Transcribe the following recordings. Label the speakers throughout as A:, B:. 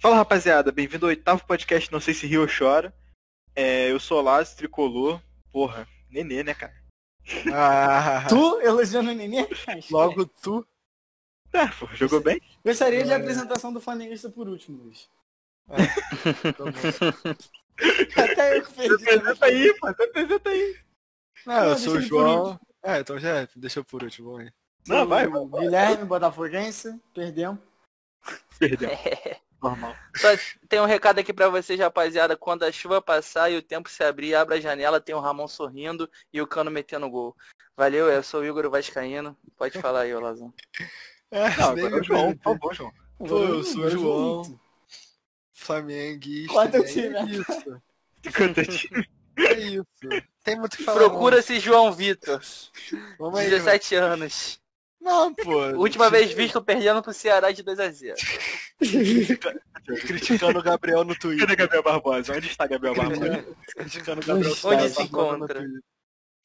A: Fala rapaziada, bem-vindo ao oitavo podcast Não Sei Se Rio Chora. É, eu sou o Lázaro, tricolor. Porra, nenê, né, cara?
B: Ah,
C: Tu elogiando o Nenê? Cara,
B: logo tu.
A: Tá, pô, jogou bem?
C: Gostaria de apresentação do Flamenguista por último, Luiz.
B: É.
C: Até eu que perdi.
A: Apresenta aí, pô, apresenta aí.
B: Não, Ah, eu
C: Não, deixa
B: sou o
C: ele por
B: João. É, então já é, deixa eu por último aí.
A: Não, vai,
C: O Guilherme, Botafoguense, perdemos.
A: perdeu. Normal.
D: É. Só tem um recado aqui pra vocês, rapaziada. Quando a chuva passar e o tempo se abrir, abra a janela, tem o Ramon sorrindo e o Cano metendo gol. Valeu, eu sou o Igor Vascaíno. Pode falar aí, Olazão.
B: É,
A: Não, agora
B: nem
A: é
B: me
A: o João,
B: perguntei.
A: por favor, João.
B: Pô, eu sou o
C: Mas
B: João.
C: muito.
B: Flamenguista.
C: Quatro
B: é
C: times.
B: isso.
A: Canta time.
B: É isso. Tem muito o que falar.
D: Procura-se João Vitor,
B: não. Vamos aí,
D: 17 anos.
B: mano. Não, pô.
D: Última vez visto perdendo pro Ceará de 2x0.
B: Criticando o Gabriel no Twitter.
A: Cadê Gabriel Barbosa? Onde está Gabriel Barbosa?
B: Criticando o Gabriel
C: Onde
B: Barbosa
D: se encontra?
B: no Twitter.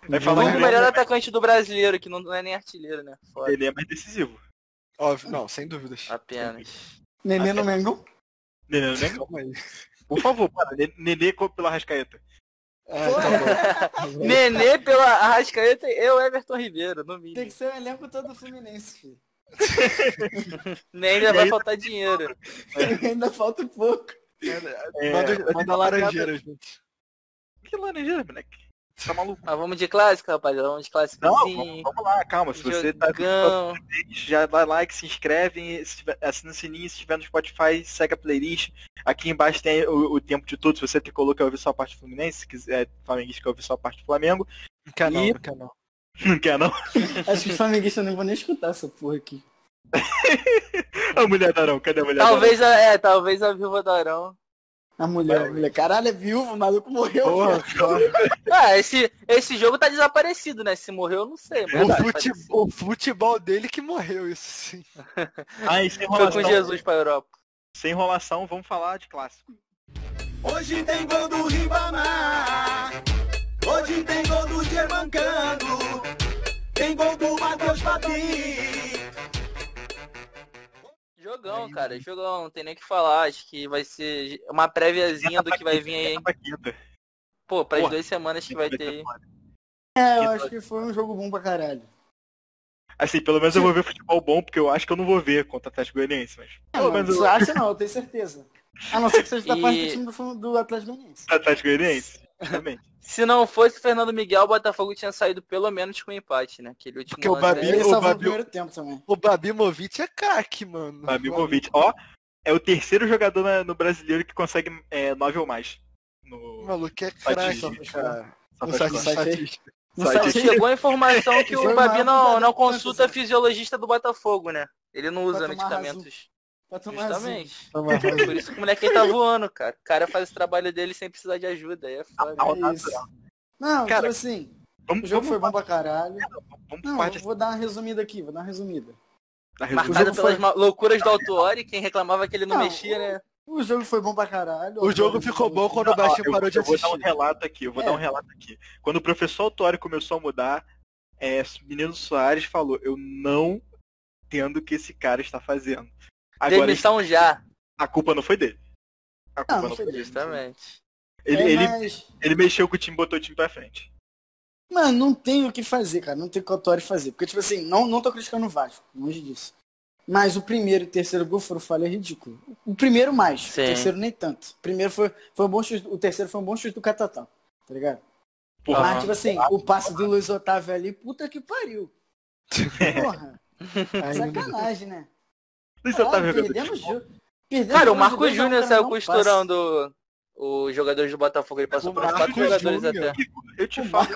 A: Vai
D: O
A: falar que ele
D: melhor
A: é-
D: atacante do brasileiro, que não é nem artilheiro, né? Foda.
A: ele é mais decisivo.
B: Óbvio, não, sem dúvidas.
D: Ah, Apenas.
C: Nenê no Mengão?
A: Nenê, né?
B: Calma aí.
A: Por favor, para. Nenê- Nenê co- pela Rascaeta.
B: Ah, tá
D: Nenê pela Arrascaeta e o Everton Ribeiro, no
C: Tem que
D: mínimo.
C: ser o elenco todo Fluminense, filho.
D: Nem ainda vai faltar dinheiro.
C: Ainda falta um pouco.
B: bom.
A: É,
B: Manda, manda laranjeira, gente.
A: Que laranjeira, moleque? Tá maluco?
D: Mas Ah, vamos de clássico, rapaziada. Vamos de clássico.
A: Não, vamos, vamos lá, calma. Se você tá
D: Jogão.
A: já dá like, se inscreve, se tiver- assina o sininho, se tiver no Spotify, segue a playlist. Aqui embaixo tem o, o tempo de tudo. Se você tricolor quer ouvir só a parte do Fluminense, se quiser é, flamenguista quer ouvir só a parte do Flamengo,
B: No canal,
A: E-
B: no canal.
A: não quer não?
C: Acho que os flamenguistas não vão nem escutar essa porra aqui.
A: A mulher da não, cadê a mulher
D: Talvez a, é, talvez a viúva do Arão.
C: A mulher, a mulher. Caralho, é viúvo, o maluco morreu.
B: Porra,
C: velho.
D: Ah, esse, esse jogo tá desaparecido, né? Se morreu, eu não sei.
A: É
D: Mas
B: o,
D: tá
B: fute-
D: desaparecido.
B: o futebol dele que morreu, isso sim.
A: da não? Ah, e sem
D: Foi com
A: enrolação,
D: Jesus pra Europa.
A: sem enrolação, vamos falar de clássico.
E: Hoje tem gol do Ribamar. Hoje tem gol do Germancano. Tem gol do Matheus Babi.
D: Jogão, cara. Jogão. Não tem nem o que falar. Acho que vai ser uma préviazinha do que vai vir aí.
A: Pra quinta.
D: Pô, pras
A: Porra.
D: duas semanas que vai ter aí.
C: É, eu acho que foi um jogo bom pra caralho.
A: Assim, pelo menos eu vou ver futebol bom, porque eu acho que eu não vou ver contra o Atlético Goianiense, mas
C: Não,
A: pelo menos eu
C: não acha não, eu tenho certeza. A não ser que seja da
D: E-
C: parte do time do, Flu- do Atlético Goianiense.
A: contra o Atlético Goianiense. Também.
D: Se não fosse o Fernando Miguel, o Botafogo tinha saído pelo menos com empate, né? Aquele último
B: Porque o
A: É,
D: lance aí.
B: Babi-
C: Ele salvou
B: Babi-
C: o primeiro tempo também.
B: O Babimovic é craque, mano.
A: Babimovic, ó, é o terceiro jogador na- no brasileiro que consegue é, nove ou mais.
B: O
A: No,
B: maluco é
A: Só
B: craque,
C: pra
B: cara.
A: só pra
B: No site de
A: te falar.
C: falar.
B: estatística.
C: No
A: Site
C: site
A: aqui.
D: Chegou a informação que
C: Foi
D: o
C: uma
D: Babi não,
C: arrancada
D: não
C: de quantos,
D: consulta
C: né?
D: fisiologista do Botafogo, né? Ele não usa
C: Pra tomar
D: medicamentos.
C: pra tomar azul.
D: Justamente.
B: Tá mais
D: Por isso que o moleque aí tá voando, cara. O cara faz o trabalho dele sem precisar de ajuda. Aí é foda.
A: Ao
C: É isso.
A: natural.
C: Não,
A: Cara,
C: tipo assim,
A: tá,
C: o
A: Vamos,
C: jogo
A: vamos,
C: foi bom pra caralho.
A: vamos
C: Não,
A: parte
C: eu vou dar uma resumida aqui, vou dar uma resumida.
A: da resolução.
D: Marcada
C: jogo foi-
D: pelas ma- loucuras do Autuori, quem reclamava que ele não,
C: Não,
D: mexia, né?
C: O jogo foi bom pra caralho.
B: O jogo ficou bom quando o Baixinho
A: eu,
B: parou de
A: eu vou dar um
B: assistir.
A: relato aqui, eu vou
C: É.
A: dar um relato aqui. Quando o professor Autório começou a mudar, é, o menino Soares falou, eu não entendo o que esse cara está fazendo. Agora,
D: Demissão já.
A: a culpa não foi dele. A culpa
C: Não,
A: não,
C: não
A: foi
C: foi
A: dele.
D: Justamente.
A: Ele,
C: É,
A: ele,
C: mas,
A: ele mexeu com o time, botou o time pra frente.
C: mano, não tem o que fazer, cara. Não tem o que o Autori fazer. Porque, tipo assim, não, não tô criticando o Vasco, longe disso. Mas o primeiro e o terceiro gol foram falha ridícula. O primeiro mais,
D: Sim.
C: o terceiro nem tanto. O primeiro foi, foi um bom chute, o terceiro foi um bom chute do Catatão, tá ligado?
A: Porra,
C: Mas, tipo assim, o passe do Luiz Otávio ali, puta que pariu. Porra, sacanagem, né?
A: Luiz
C: Caralho,
A: Otávio jogando
C: perdemos o
A: futebol.
C: jogo. Perdemos
D: Cara, o
C: jogo de
D: Marco
C: dois a um,
D: Júnior
C: cara,
D: saiu
C: não
D: costurando os jogadores do Botafogo. Ele passou
B: O
D: por uns
B: Marco
D: quatro jogadores
B: Júnior.
D: até.
A: Eu te
C: O
A: falo.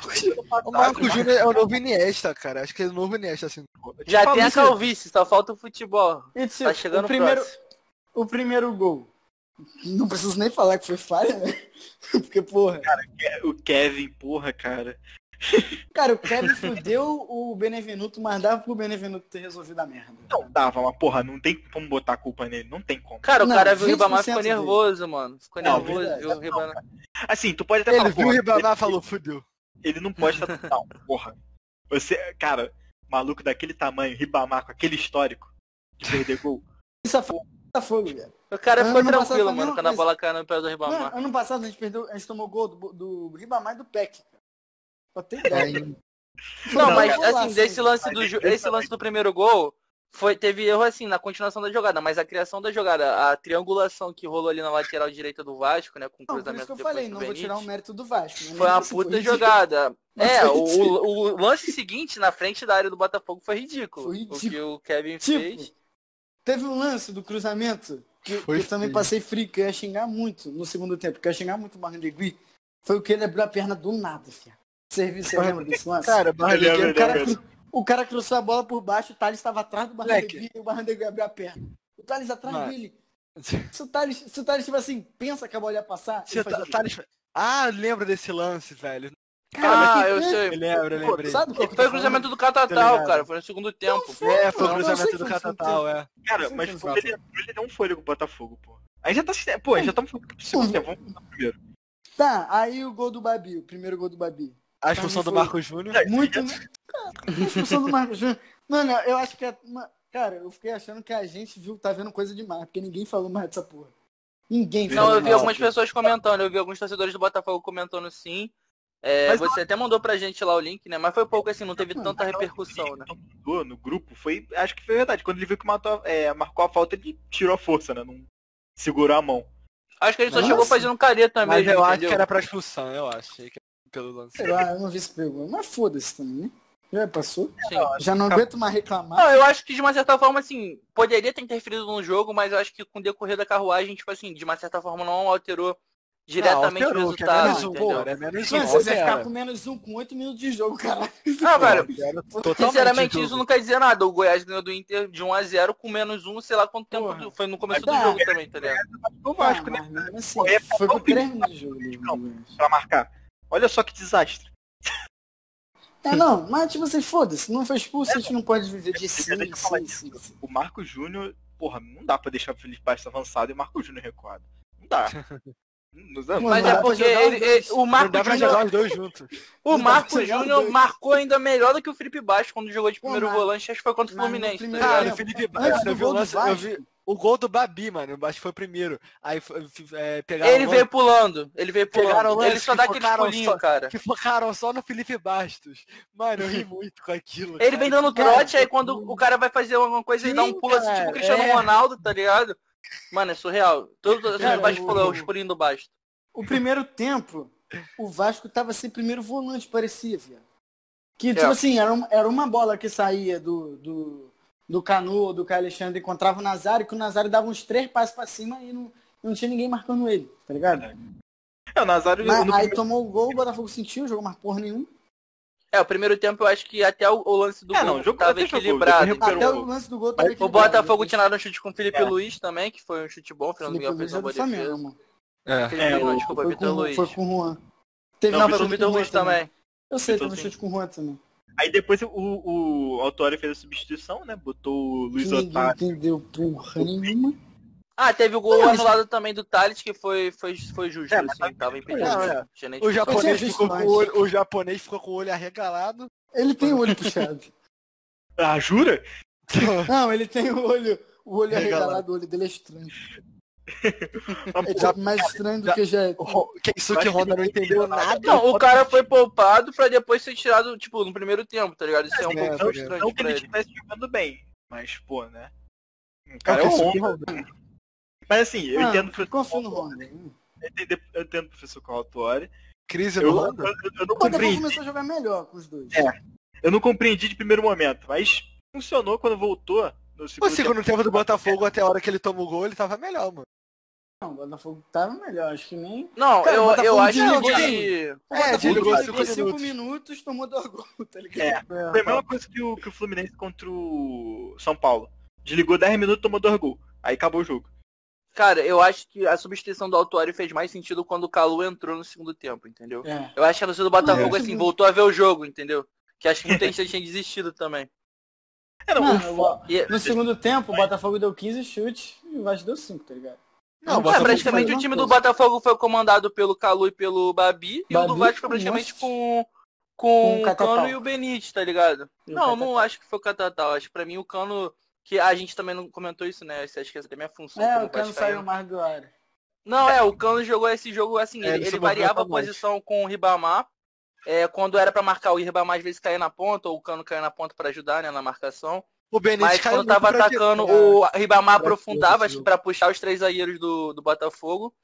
C: Marco
B: O Marco Júnior é o novo Iniesta, cara. Acho que é o novo Iniesta, assim.
D: Já tem a
C: isso.
D: calvície, só falta o futebol.
C: passa. E, tipo,
D: Tá chegando
C: o
D: o
C: primeiro,
D: próximo.
C: o primeiro gol. Não preciso nem falar que foi falha, né? Porque, porra.
A: O Kevin, porra, cara.
C: Cara, o Kevin fudeu o Benevenuto, mas dava pro Benevenuto ter resolvido a merda.
A: Não dava, mas porra, não tem como botar a culpa nele. Não tem como.
D: Cara, o
C: Não,
D: cara viu o Ribamar
C: 20%
D: ficou
C: dele.
D: nervoso, mano. Ficou
A: Não,
D: nervoso,
C: verdade.
D: viu o Ribamar.
A: Assim, tu pode até
B: Ele viu o
A: porra,
B: Ribamar e falou, fudeu.
A: Ele não pode estar total, porra. Você, cara, maluco daquele tamanho, Ribamar com aquele histórico, de perder gol.
C: Botafogo, Botafogo, é velho.
D: O cara ficou
C: Ano passado foi a
D: tranquilo, mano,
C: mesma
D: quando a
C: coisa. assim.
D: bola caiu no pé do
C: Mano,
D: Ribamar.
C: ano passado a gente perdeu, a gente tomou gol do, do Ribamar e do Peck. cara. Só tem ideia.
B: Aí,
D: Não,
C: Não,
D: mas
C: golaço,
D: assim, desse lance
A: Mas
D: do,
A: tem
D: ju-
A: que ver
D: esse lance do primeiro gol, foi, teve erro assim na continuação da jogada, mas a criação da jogada, a triangulação que rolou ali na lateral direita do Vasco, né, com
C: Não,
D: o
C: por isso
D: cruzamento
C: que eu
D: depois
C: falei,
D: do
C: não vou
D: Benítez,
C: tirar o mérito do Vasco. né?
D: foi uma
C: Mas isso
D: puta
C: ridículo.
D: jogada.
C: Mas
D: É,
C: foi
D: o,
C: ridículo.
D: o- o lance seguinte na frente da área do Botafogo foi ridículo.
C: Foi
D: O que
C: ridículo.
D: o Kevin
C: Tipo,
D: fez.
C: Teve um lance do cruzamento que, que
B: Foi
C: eu também
B: feio.
C: passei frio, que eu ia xingar muito no segundo tempo, que eu ia xingar muito o Barrandegui. Foi o que ele abriu a perna do nada, filho. Serviço, você lembra desse lance?
B: cara, mas
A: Ele é
C: o, cara,
A: verdade.
C: cru- o cara cruzou a bola por baixo, o Thales estava atrás do Barrandegui
B: Moleque.
C: e o Barrandegui abriu a perna. O Thales atrás
B: Mano.
C: dele. Se o Thales, se o Thales, tipo assim, pensa que a bola ia passar,
B: Você
C: ele
B: tá,
C: fazia-
B: Thales- Ah, lembra desse lance, velho.
D: Ah, eu
C: que-
D: sei.
B: Eu lembro, eu lembrei.
C: Sabe
D: E
C: qual que eu tô
D: foi o
C: falando?
D: cruzamento do
B: Tá
D: Catatal,
B: ligado?
D: cara. Foi no segundo tempo.
B: É, foi o
C: Não,
B: cruzamento
C: sei se
B: do
C: foi
B: Catatal, é.
A: Cara,
C: Sim,
A: mas
C: sim,
A: pô, ele, ele deu um fôlego pro Botafogo, pô. Aí já tá. se- Pô, já estamos pro segundo tempo. Vamos pro primeiro.
C: Tá, aí o gol do Babi, o primeiro gol do Babi.
B: A expulsão do
C: foi-
B: Marcos Júnior.
C: Muito. A expulsão do Marcos Júnior. né? Mano, eu acho que. a- ma- Cara, eu fiquei achando que a gente viu, tá vendo coisa demais, porque ninguém falou mais dessa porra. Ninguém
D: Não,
C: falou.
D: eu vi
C: mais.
D: algumas pessoas comentando, eu vi alguns torcedores do Botafogo comentando sim. É,
A: Mas-
D: você até mandou pra gente lá o link, né? Mas foi pouco assim, não teve
C: Não,
D: tanta repercussão, né?
A: Mandou No grupo, foi. Acho que foi verdade. Quando ele viu que matou, a- é, marcou a falta, ele tirou a força, né? Não segurou a mão.
D: Acho que ele só
C: Nossa.
D: chegou fazendo careta
B: Mas
D: mesmo,
B: eu acho
D: entendeu?
B: que era pra expulsão, eu achei que era pelo lance.
C: Sei lá, eu não vi se pegou. Mas foda-se também, né? Já passou.
D: Sim.
C: Já não aguento mais reclamar.
D: Não, eu acho que de uma certa forma, assim, poderia ter interferido no jogo, mas eu acho que com o decorrer da carruagem, tipo assim, de uma certa forma não alterou diretamente
B: Não,
D: o
B: alterou, que é
D: resultado,
B: menos um
D: entendeu?
B: gol, é menos um
C: Mano,
B: gol,
C: você vai
B: zero.
C: ficar com menos um com oito minutos de jogo, cara.
D: Ah, velho,
B: Zero é totalmente
D: sinceramente,
B: jogo.
D: isso não quer dizer nada. O Goiás ganhou do Inter de 1 a 0 com menos um, sei lá quanto tempo
C: Porra.
D: do- foi no começo do
C: Tá.
D: jogo também, tá ligado?
A: Eu acho que
C: Ah,
A: né?
C: mas mesmo assim,
A: Correr pra
C: foi com
A: todo
C: três minutos de jogo. né?
A: Pra marcar. Olha só que desastre.
C: É, não, mas tipo assim, foda-se, não foi expulso, a gente não pode viver de
A: Deixa eu
C: sim,
A: falar
C: sim, sim,
A: disso.
C: sim.
A: O Marco Júnior, porra, não dá pra deixar o Felipe Bastos avançado e o Marco Júnior recuado. Não dá. Não dá.
C: Mano,
D: Mas
C: não
D: é
C: dá pra
D: porque
C: jogar os
D: ele-
C: dois.
D: ele- o
B: um Não
D: Marco um
B: dá pra
D: Júnior
B: jogar os dois juntos.
D: O
C: Não dá pra
D: Marco
C: jogar os
D: Júnior
C: dois.
D: marcou ainda melhor do que o Felipe Baixo quando jogou de
C: Pô,
D: primeiro
C: mas-
D: volante, acho que foi contra o
C: mas no
D: Fluminense.
C: primeiro
D: tá ligado?
B: Cara,
C: tempo,
B: o Felipe
C: antes
B: Bastos,
C: do
B: eu vi o
C: gol do
B: lance, eu
C: Vasco.
B: vi o gol do Babi, mano. Acho que foi o primeiro. Aí foi- f- é, pegaram
D: Ele
B: o
D: veio
B: lance,
D: pulando, ele veio
B: Pegaram o
D: pulando.
B: lance
D: Ele só
B: que
D: dá aquele
B: focaram
D: pulinho,
B: só-
D: cara.
B: que focaram só no Felipe Bastos. Mano, eu ri muito com aquilo.
D: Ele
B: cara.
D: vem dando
C: Cara,
D: trote, aí quando o cara vai fazer alguma coisa e
B: Sim,
D: dá um pulo assim,
B: cara,
D: tipo o Cristiano
B: é.
D: Ronaldo, tá ligado? Mano, é surreal. Todo todo-
C: Cara,
D: o Baixo
C: o-
D: pulou, os pulinhos do Baixo.
C: O primeiro tempo, o Vasco tava sem primeiro volante, parecia, viado. Que, tipo
D: É.
C: assim, era, um- era uma bola que saía do, do, do Canu, do Caio Alexandre, encontrava o Nazário, que o Nazário dava uns três passos pra cima e não, não tinha ninguém marcando ele, tá ligado?
A: É, o Nazário
C: Mas,
A: no
C: aí
A: primeiro-
C: tomou o gol, o Botafogo sentiu, jogou mais porra nenhuma.
D: É, o primeiro tempo eu acho que até o, o lance do
A: É,
D: gol
A: não, o jogo
D: tava
A: até jogou,
D: equilibrado.
A: depois
D: entendeu?
A: recuperou.
C: Até
A: gol.
C: o lance do gol tava
D: O
C: equilibrado.
D: Botafogo tiraram um chute com o Felipe
A: É.
D: Luiz também, que foi um chute bom, o Fernando
C: né? Felipe
D: Miguel
C: Luiz
D: fez
C: é
D: uma
C: do
D: boa
C: Flamengo,
D: defesa.
C: mano.
B: É.
D: Felipe
A: É,
D: Luiz,
A: o-
D: não, desculpa,
C: Foi
D: Vitor
C: com,
D: Luiz.
C: foi com o Juan. Teve
D: Não,
C: um
D: foi com o
C: chute
D: Vitor
C: com o
D: Luiz também.
C: Eu sei, teve um
A: Vitor
C: chute com o Juan também.
A: Aí depois o, o Autório fez a substituição, né? Botou o Luiz
C: Ninguém
A: Otávio.
C: entendeu porra nenhuma.
D: Ah, teve o gol
C: Não, mas-
D: anulado também do Thales, que foi, foi, foi justo,
A: É, mas
D: assim, tava impedido.
B: Não, é.
D: né? Tinha nem
B: O
D: discussão.
C: Eu tinha
B: japonês,
C: visto
B: ficou com o,
C: antes.
B: olho, o japonês ficou com o olho arregalado.
C: Ele tem o olho puxado.
A: Ah, jura?
C: Não, ele tem o olho. O olho
B: Arregalado.
C: arregalado, o olho dele é estranho.
A: Mas, pô,
C: É tipo mais estranho do
B: já-
C: que já é.
B: O Ro- que isso que Honda não entendeu nada.
D: Não, o cara foi poupado pra depois ser tirado, tipo, no primeiro tempo, tá ligado? Isso é um
B: É,
D: pouco
B: foi
D: frustrante
A: não que
D: pra
A: ele
D: ele.
A: estivesse jogando bem. Mas, pô, né? O cara é
B: Não, que
A: um
B: isso Ah, que
A: homem.
B: Honda-
A: Mas assim, eu
C: Mano,
A: entendo, o professor
C: Confio no
A: Autori,
C: Honda.
A: eu entendo, eu entendo o professor Autori.
B: Crise
A: Eu,
B: no
A: eu,
B: Honda?
A: eu- eu não
C: O Botafogo
A: compreendi.
C: começou a jogar melhor com os dois.
A: É. Eu não compreendi de primeiro momento, mas funcionou quando voltou no
B: O
A: segundo.
B: segundo tempo do Botafogo, até a hora que ele toma o gol, ele tava melhor, mano.
C: Não, o Botafogo tava melhor, acho que nem.
D: Não,
C: Cara, o
D: eu, eu
C: Botafogo
D: acho
C: desligou
D: que...
C: O
B: É, desligou
C: Botafogo
B: cinco
C: jogou 5
B: minutos.
C: minutos, tomou dois gols, tá ligado?
A: É, Foi a mesma coisa que o, que o Fluminense contra o São Paulo. Desligou 10 minutos, tomou dois gols. Aí acabou o jogo.
D: Cara, eu acho que a substituição do Autuário fez mais sentido quando o Calu entrou no segundo tempo, entendeu?
C: É.
D: Eu acho que a torcida do Botafogo,
C: É.
D: assim, voltou a ver o jogo, entendeu? Que acho que muita gente tinha desistido também.
A: É, não,
C: Mano,
A: o-
C: o-
D: E-
C: no segundo tempo, o Botafogo deu 15 chutes e o Vasco deu 5, tá ligado?
B: Não, o
D: É,
B: Botafogo
D: praticamente
C: faz
D: o
C: uma
D: time do
C: coisa.
D: Botafogo foi comandado pelo Calu e pelo Babi, e o do
C: Babi,
D: Vasco foi praticamente
C: nossa.
D: com, com
C: Com o
D: o
C: Catatau.
D: Cano e o Benítez, tá ligado?
C: E o
D: não,
C: Catatau.
D: não acho que foi o Catatal, acho que pra mim o Cano Que a gente também não comentou isso, né? Isso acho que essa também é a função.
C: É,
D: como
C: o Cano
D: vascaíno.
C: saiu mais do área.
D: Não, é, o Cano jogou esse jogo assim,
B: É,
D: ele,
B: ele
D: ele
B: se
D: variava a
B: movimenta mais.
D: posição com o Ribamar. É, quando era pra marcar o Ribamar, às vezes caía na ponta, ou o Cano caía na ponta pra ajudar, né, na marcação.
B: O Benítez
D: Mas
B: caiu
D: quando tava
B: muito pra É,
D: atacando,
C: É.
B: tirar.
D: o Ribamar aprofundava
B: esse
D: acho que
B: jogo.
D: pra puxar os três zagueiros do, do Botafogo.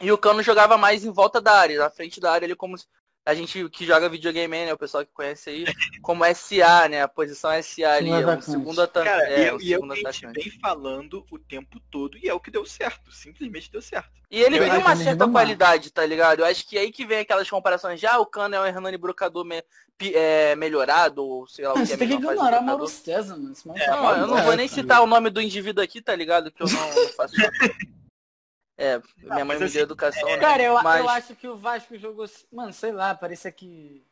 D: E o Cano jogava mais em volta da área, na frente da área, ele como se- a gente que joga videogame, né, o pessoal que conhece aí, como SA, né, a posição SA ali,
C: Segundo
D: é um
C: atacante.
D: segundo atacante.
A: Cara,
D: é,
A: e eu, e eu
D: um segundo
A: que a gente
D: atacante.
A: vem falando o tempo todo e é o que deu certo. Simplesmente deu certo.
D: E ele
A: Eu
D: tem
A: acho
D: uma
C: que ele
D: certa
C: não
D: qualidade, tá ligado? Eu acho que aí que vem aquelas comparações. Já o Cano é o Hernani Brocador me- pi- é, melhorado, ou sei lá o
C: Ah,
D: que é
C: você tem que
D: melhor fase do
C: ignorar o
D: Brocador.
C: Mauro César, mano. Esse maluco tá
D: Não, é, eu não
C: maluco.
A: é,
D: vou nem citar o nome do indivíduo aqui, tá ligado? Que eu não, não faço. É, minha mãe
A: mas
D: me
A: assim,
D: deu educação, né?
C: Cara, eu,
D: Mas-
C: eu acho que o Vasco jogou. Mano, sei lá, parecia que.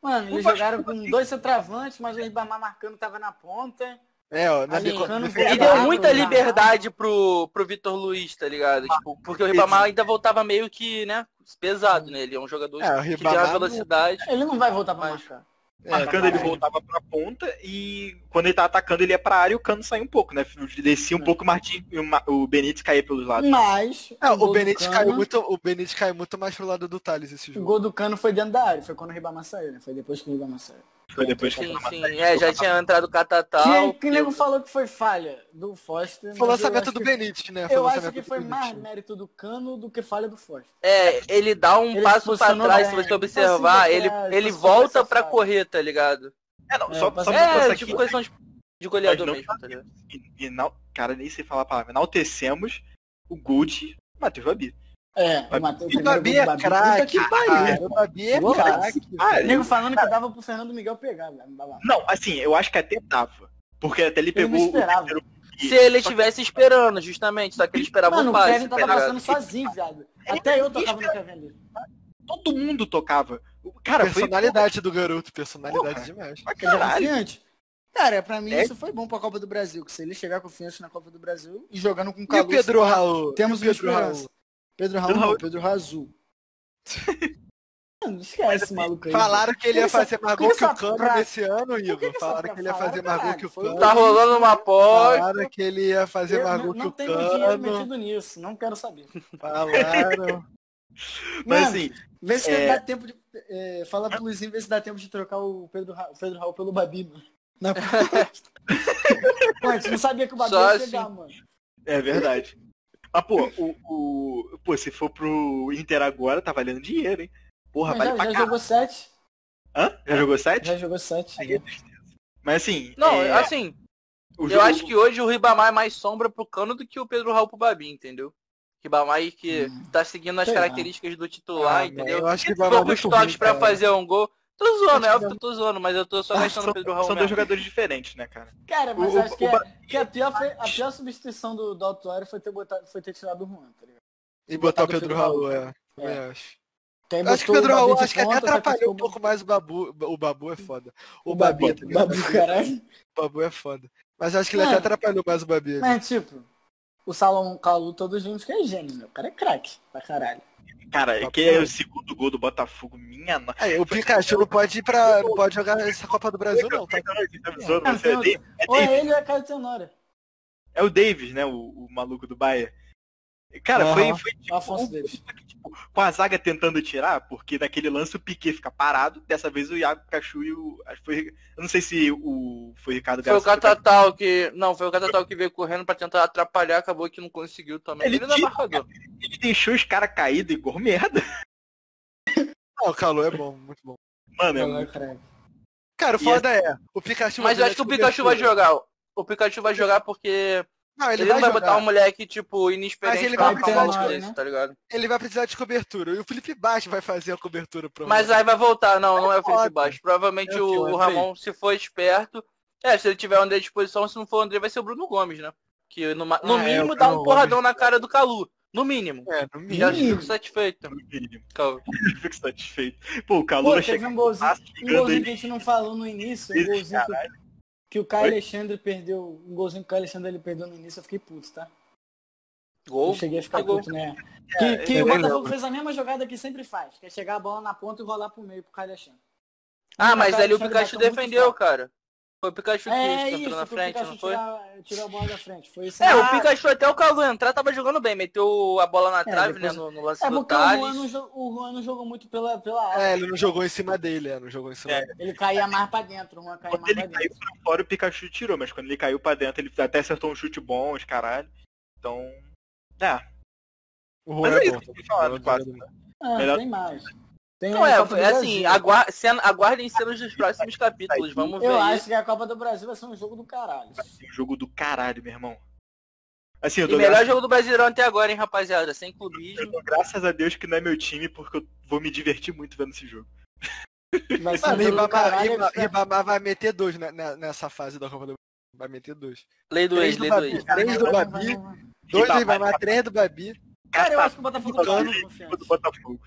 C: Mano,
A: O
C: eles
A: Vasco
B: tá
C: jogaram
A: jogou
C: com
A: assim.
C: dois centravantes, mas o Ribamar marcando tava na ponta.
B: É, ó, na É,
C: Ali,
B: deco-
C: Cano
B: defesa-
D: E
C: veio
D: deu
C: Exato,
A: né?
D: muita
C: exato.
D: liberdade pro, pro Vitor Luiz, tá ligado? Tipo, porque o Ribamar ainda voltava meio que, né, pesado, né? Ele é um jogador
B: É, o
D: que tem
B: Ribamar
D: uma
B: não-
D: velocidade.
C: Ele não vai voltar pra
D: Mas-
C: marcar.
B: É,
A: Marcando, ele
C: caralho.
A: voltava pra ponta e quando ele tá atacando, ele ia pra área e o cano saía um pouco, né?
D: Hum.
A: Descia um pouco o Martin, e o Ma- o Benítez caía pelos lados.
C: Mas.
B: É,
C: um gol
B: o
C: do
B: Benítez
C: Cano-
B: caiu muito, o Benítez caiu muito mais pro lado do Thales esse
C: O
B: jogo.
C: gol do Cano foi dentro da área, foi quando o Ribamar saiu, né? Foi depois que o Ribamar saiu.
A: Foi depois que
D: Hum, Sim,
A: ele
D: sim. É, já tinha entrado o
B: Tá,
D: Catatal.
C: Que, é que nego falou que foi falha do Foster. mas
B: Foi
C: eu
B: o lançamento
C: acho
B: do
C: que-
B: Benítez, né? o
C: Eu acho
B: lançamento
C: que
B: do
C: foi mais
B: Benítez.
C: mérito do Cano do que falha do Foster.
D: É, ele dá um
C: Ele se
D: passo pra
C: posicionou
D: trás,
C: bem, Tipo assim, é,
D: se você
C: ele
D: observar,
C: passou pra
D: ele,
C: trás,
D: ele
C: passou pra
D: volta
C: essa
D: pra
C: fase.
D: correr, tá ligado?
A: É, não, só,
C: É,
A: só pra
D: É,
A: passar
D: tipo
A: aqui.
D: coisão de, de
A: Nós
D: goleador
A: não
D: mesmo, tá ligado?
A: E, e não, cara, nem sei falar a palavra. Enaltecemos o gol de Matheus Babi.
C: É, o Matheus
B: E o Babi é
C: Puta
B: craque,
C: que pariu.
B: cara. O Babi é
C: Golaço.
B: craque.
A: Ah,
C: O
A: ele-
C: nego falando que dava pro Fernando Miguel pegar, velho. Não dava.
A: não, assim, eu acho que até dava. Porque até ele
C: Ele não
A: pegou o
C: esperava.
A: terceiro
D: Se ele estivesse esperando, justamente, só que ele esperava
C: Mano,
D: o
C: o
D: passe,
C: Kevin
D: tá
C: tava
D: ligado?
C: passando sozinho, viado. Até eu tocava no Kevin ali.
A: todo mundo tocava. O- Cara, foi
B: Personalidade do garoto, personalidade
A: Porra.
B: demais.
A: pra
C: Ele já
A: caralho.
C: confiante. Cara, pra mim
A: É.
C: isso foi bom pra Copa do Brasil, que se ele chegar confiante na Copa do Brasil e jogando com
B: E o
C: Caluço,
B: Pedro Raul?
C: temos
B: E
C: uma
B: o Pedro
C: esperança.
B: Raul.
C: Pedro Raul não, Pedro Razul. Mano, esquece esse maluco aí.
B: Falaram que ele
C: Ele
B: ia
C: só-
B: fazer mais
C: por
B: gol
C: que
B: que o
C: essa
B: Cano
C: pra-
B: nesse ano,
C: que
B: Igor.
C: que essa
B: Falaram
C: pra-
B: que ele ia
C: falaram,
B: fazer mais gol
C: caralho?
B: que o
C: Foi o
B: Cano.
D: Tá rolando uma aposta.
B: Falaram que ele ia fazer
C: Eu
B: mais
C: não,
B: gol que
C: não
B: o
C: tem meu dinheiro
B: Cano.
C: metido nisso, não quero saber.
B: Falaram.
A: Mas
C: Mano,
A: assim,
C: vê se
A: É.
C: dá tempo de. É, fala pro Luizinho, vê se dá tempo de trocar o Pedro, Ra- o Pedro Raul pelo Babi, mano. Na aposta. mano, tu não sabia que o Babi
D: Só
C: ia chegar,
D: assim.
C: mano.
A: é verdade. Mas, pô, o, o- Pô, se for pro Inter agora, tá valendo dinheiro, hein? Porra,
C: Mas
A: vale
C: já,
A: pra
C: já
A: caralho.
C: jogou sete.
A: Hã? Já jogou sete?
C: Já jogou sete.
A: Aí é tristeza. Mas assim.
D: Não,
A: é,
D: assim,
A: o
D: eu
A: jogo-
D: acho que hoje o Ribamar é mais sombra pro Cano do que o Pedro Raul pro Babi, entendeu? Ribamar aí que tá seguindo as
C: Sei lá.
D: características do titular,
B: Ah,
D: entendeu?
B: Eu acho que vai
D: poucos toques pra fazer um gol. Tô
B: Acho
D: zoando, é
B: que
D: óbvio que eu tô zoando, mas eu tô só
A: são,
D: gastando o Pedro Raul
A: são Ah, dois
D: mesmo.
A: jogadores diferentes, né, cara?
C: Cara, mas
A: O-
C: acho que,
A: o
C: é-
A: Babi-
C: que a, pior foi- a pior substituição do, do Autuário foi ter, botado, foi ter tirado o Juan, tá ligado?
B: E botar o Pedro Raul, é. Também acho.
C: Que aí
B: Eu acho que o
C: botou
B: Pedro
C: Babi
B: Raul
C: de
B: acho que até
C: ponta, só
B: atrapalhou
C: ficou
B: um pouco mais o Babu. O Babu é foda. O,
C: O
B: Babi,
C: Babi,
B: tá
C: o
B: ligado?
C: Babi, caralho.
B: O Babu é foda. Mas eu acho que ele
D: É.
C: Mano.
B: até atrapalhou mais o Babi. ali.
C: Mas, tipo, o Salomão Calu, todos vimos que é gênio, meu. O cara é craque pra caralho.
A: Cara,
B: Papo
A: que é
B: reto.
A: o segundo gol do Botafogo, minha nossa.
B: Aí, o Pikachu não pode ir pra. Não pode jogar essa Copa do Brasil, não, tá?
C: Não, tem outro.
A: É
C: Ou
A: Davis.
C: é ele ou é Caio Tenório.
A: É o Davis, né? O, o maluco do Bahia. Cara, foi,
B: Aham.
A: foi
C: O Afonso
B: É
A: um-
C: Davis.
A: tipo, com a zaga tentando tirar, porque naquele lance o Piquet fica parado. Dessa vez o Iago Pikachu e o. Acho que foi. Eu não sei se o. Foi o Ricardo
D: Foi o
A: Garcia.
D: Catatal que. Não, foi o Catatal que veio correndo pra tentar atrapalhar, acabou que não conseguiu também.
A: Ele
D: Ele, não é
A: tira,
D: marcador.
A: Ele deixou os caras caídos igual merda.
B: Não, o Calu é bom, muito bom. né,
A: Mano, é
C: Não, é
A: muito-
C: craque.
B: Cara, o
A: E
B: foda é. O Pikachu
D: Mas eu acho que o Pikachu vai jogar. O Pikachu vai jogar porque
B: Não, ele,
D: ele, não
B: vai,
D: vai
B: jogar.
D: botar um moleque, tipo, inexperiente
B: Mas ele
D: pra
B: vai
D: marcar um
B: ter
D: maluco
C: nove,
D: desse,
C: né?
D: tá ligado?
B: Ele vai precisar de cobertura. E o Felipe Baixo vai fazer a cobertura pro
D: Mas aí vai voltar, não, não é o Felipe
B: Foda.
D: Baixo. Provavelmente
B: É o
D: o,
B: que, o
D: o
B: Andrei?
D: Ramon, se for esperto. É, se ele tiver o André à disposição, se não for o André, vai ser o Bruno Gomes, né? Que no, ma- no
B: Ah, é,
D: mínimo
B: o
D: dá um
B: Bruno
D: porradão na cara do Calu. No mínimo.
B: É, no mínimo.
D: Já
C: Mínimo.
D: fico satisfeito, Calvo.
A: Eu fico satisfeito. Pô, o
C: Pô,
A: calor
C: teve
A: chega.
C: um golzinho,
A: fácil,
C: um
A: chegando
C: golzinho
A: aí.
C: que a gente não falou no início, um golzinho que, que o Caio
A: Oi?
C: Alexandre perdeu, um golzinho que o Caio Alexandre ele perdeu no início, eu fiquei puto, tá? Eu
D: Gol.
C: cheguei a ficar
D: Pegou. É,
C: puto, né? Que, que
B: eu
C: o
B: nem
C: Botafogo
B: lembro.
C: fez a mesma jogada que sempre faz, que é chegar a bola na ponta e rolar pro meio pro Caio Alexandre.
D: Ah, mas
C: Cara,
D: ali o
C: Alexandre
D: Pikachu
C: bateu tá muito
D: defendeu,
C: fraco.
D: cara. Foi o Pikachu que
C: É
D: entrou
C: isso,
D: na
C: que o
D: frente,
C: Pikachu
D: não foi?
C: tirar- tirou a bola da frente. Foi isso Ah,
D: É,
C: aí.
D: o Pikachu até o Calu entrar tava jogando bem, meteu a bola na trave,
C: É, depois-
D: né, no, no lance
C: É
D: do
C: porque o Juan,
D: Thales.
C: não, jo- o Juan não jogou muito pela, pela área.
B: É, ele não jogou em cima dele, é, não jogou em cima
A: É.
B: dele.
C: Ele caía mais pra dentro. O Juan caía
A: Quando
C: mais
A: ele
C: pra
A: caiu
C: dentro.
A: pra fora, o Pikachu tirou, mas quando ele caiu pra dentro, ele até acertou um chute bom, os caralho. Então. É,
B: O
A: mas é
B: Juan é
A: isso
D: tá
B: bom.
A: que eu tinha falado, né,
B: Juan é
A: quase.
B: bom.
C: Ah,
A: Melhor-
C: tem mais. Tem
D: Não,
C: a
D: é,
C: Copa do
D: foi assim,
C: Brasil.
D: agua- cena- aguardem cenas dos próximos capítulos, vamos ver
C: Eu
D: aí.
C: acho que a Copa do Brasil vai ser um jogo do caralho.
A: Um jogo do caralho, meu irmão. Assim, eu
D: E
A: dou,
D: melhor
A: graças,
D: jogo do Brasileirão até agora, hein, rapaziada, sem
A: eu
D: clubismo.
A: dou graças a Deus que não é meu time, porque eu vou me divertir muito vendo esse jogo.
C: Vai ser um
B: Mano,
C: jogo do
B: Ribamar,
C: caralho.
B: Ribamar, Ribamar vai meter dois na- na- nessa fase da Copa do Brasil. Vai meter dois.
D: Lei do ex,
B: Três do
D: lei do ex.
B: Babi, três do
C: Vai, vai,
B: Babi,
C: vai.
B: dois do
A: Ribamar,
B: Ribamar, três do Babi.
C: Cara, eu acho que o Botafogo tá
A: Cano,
C: muito
A: Catatumbo do
C: confiante.
A: Botafogo.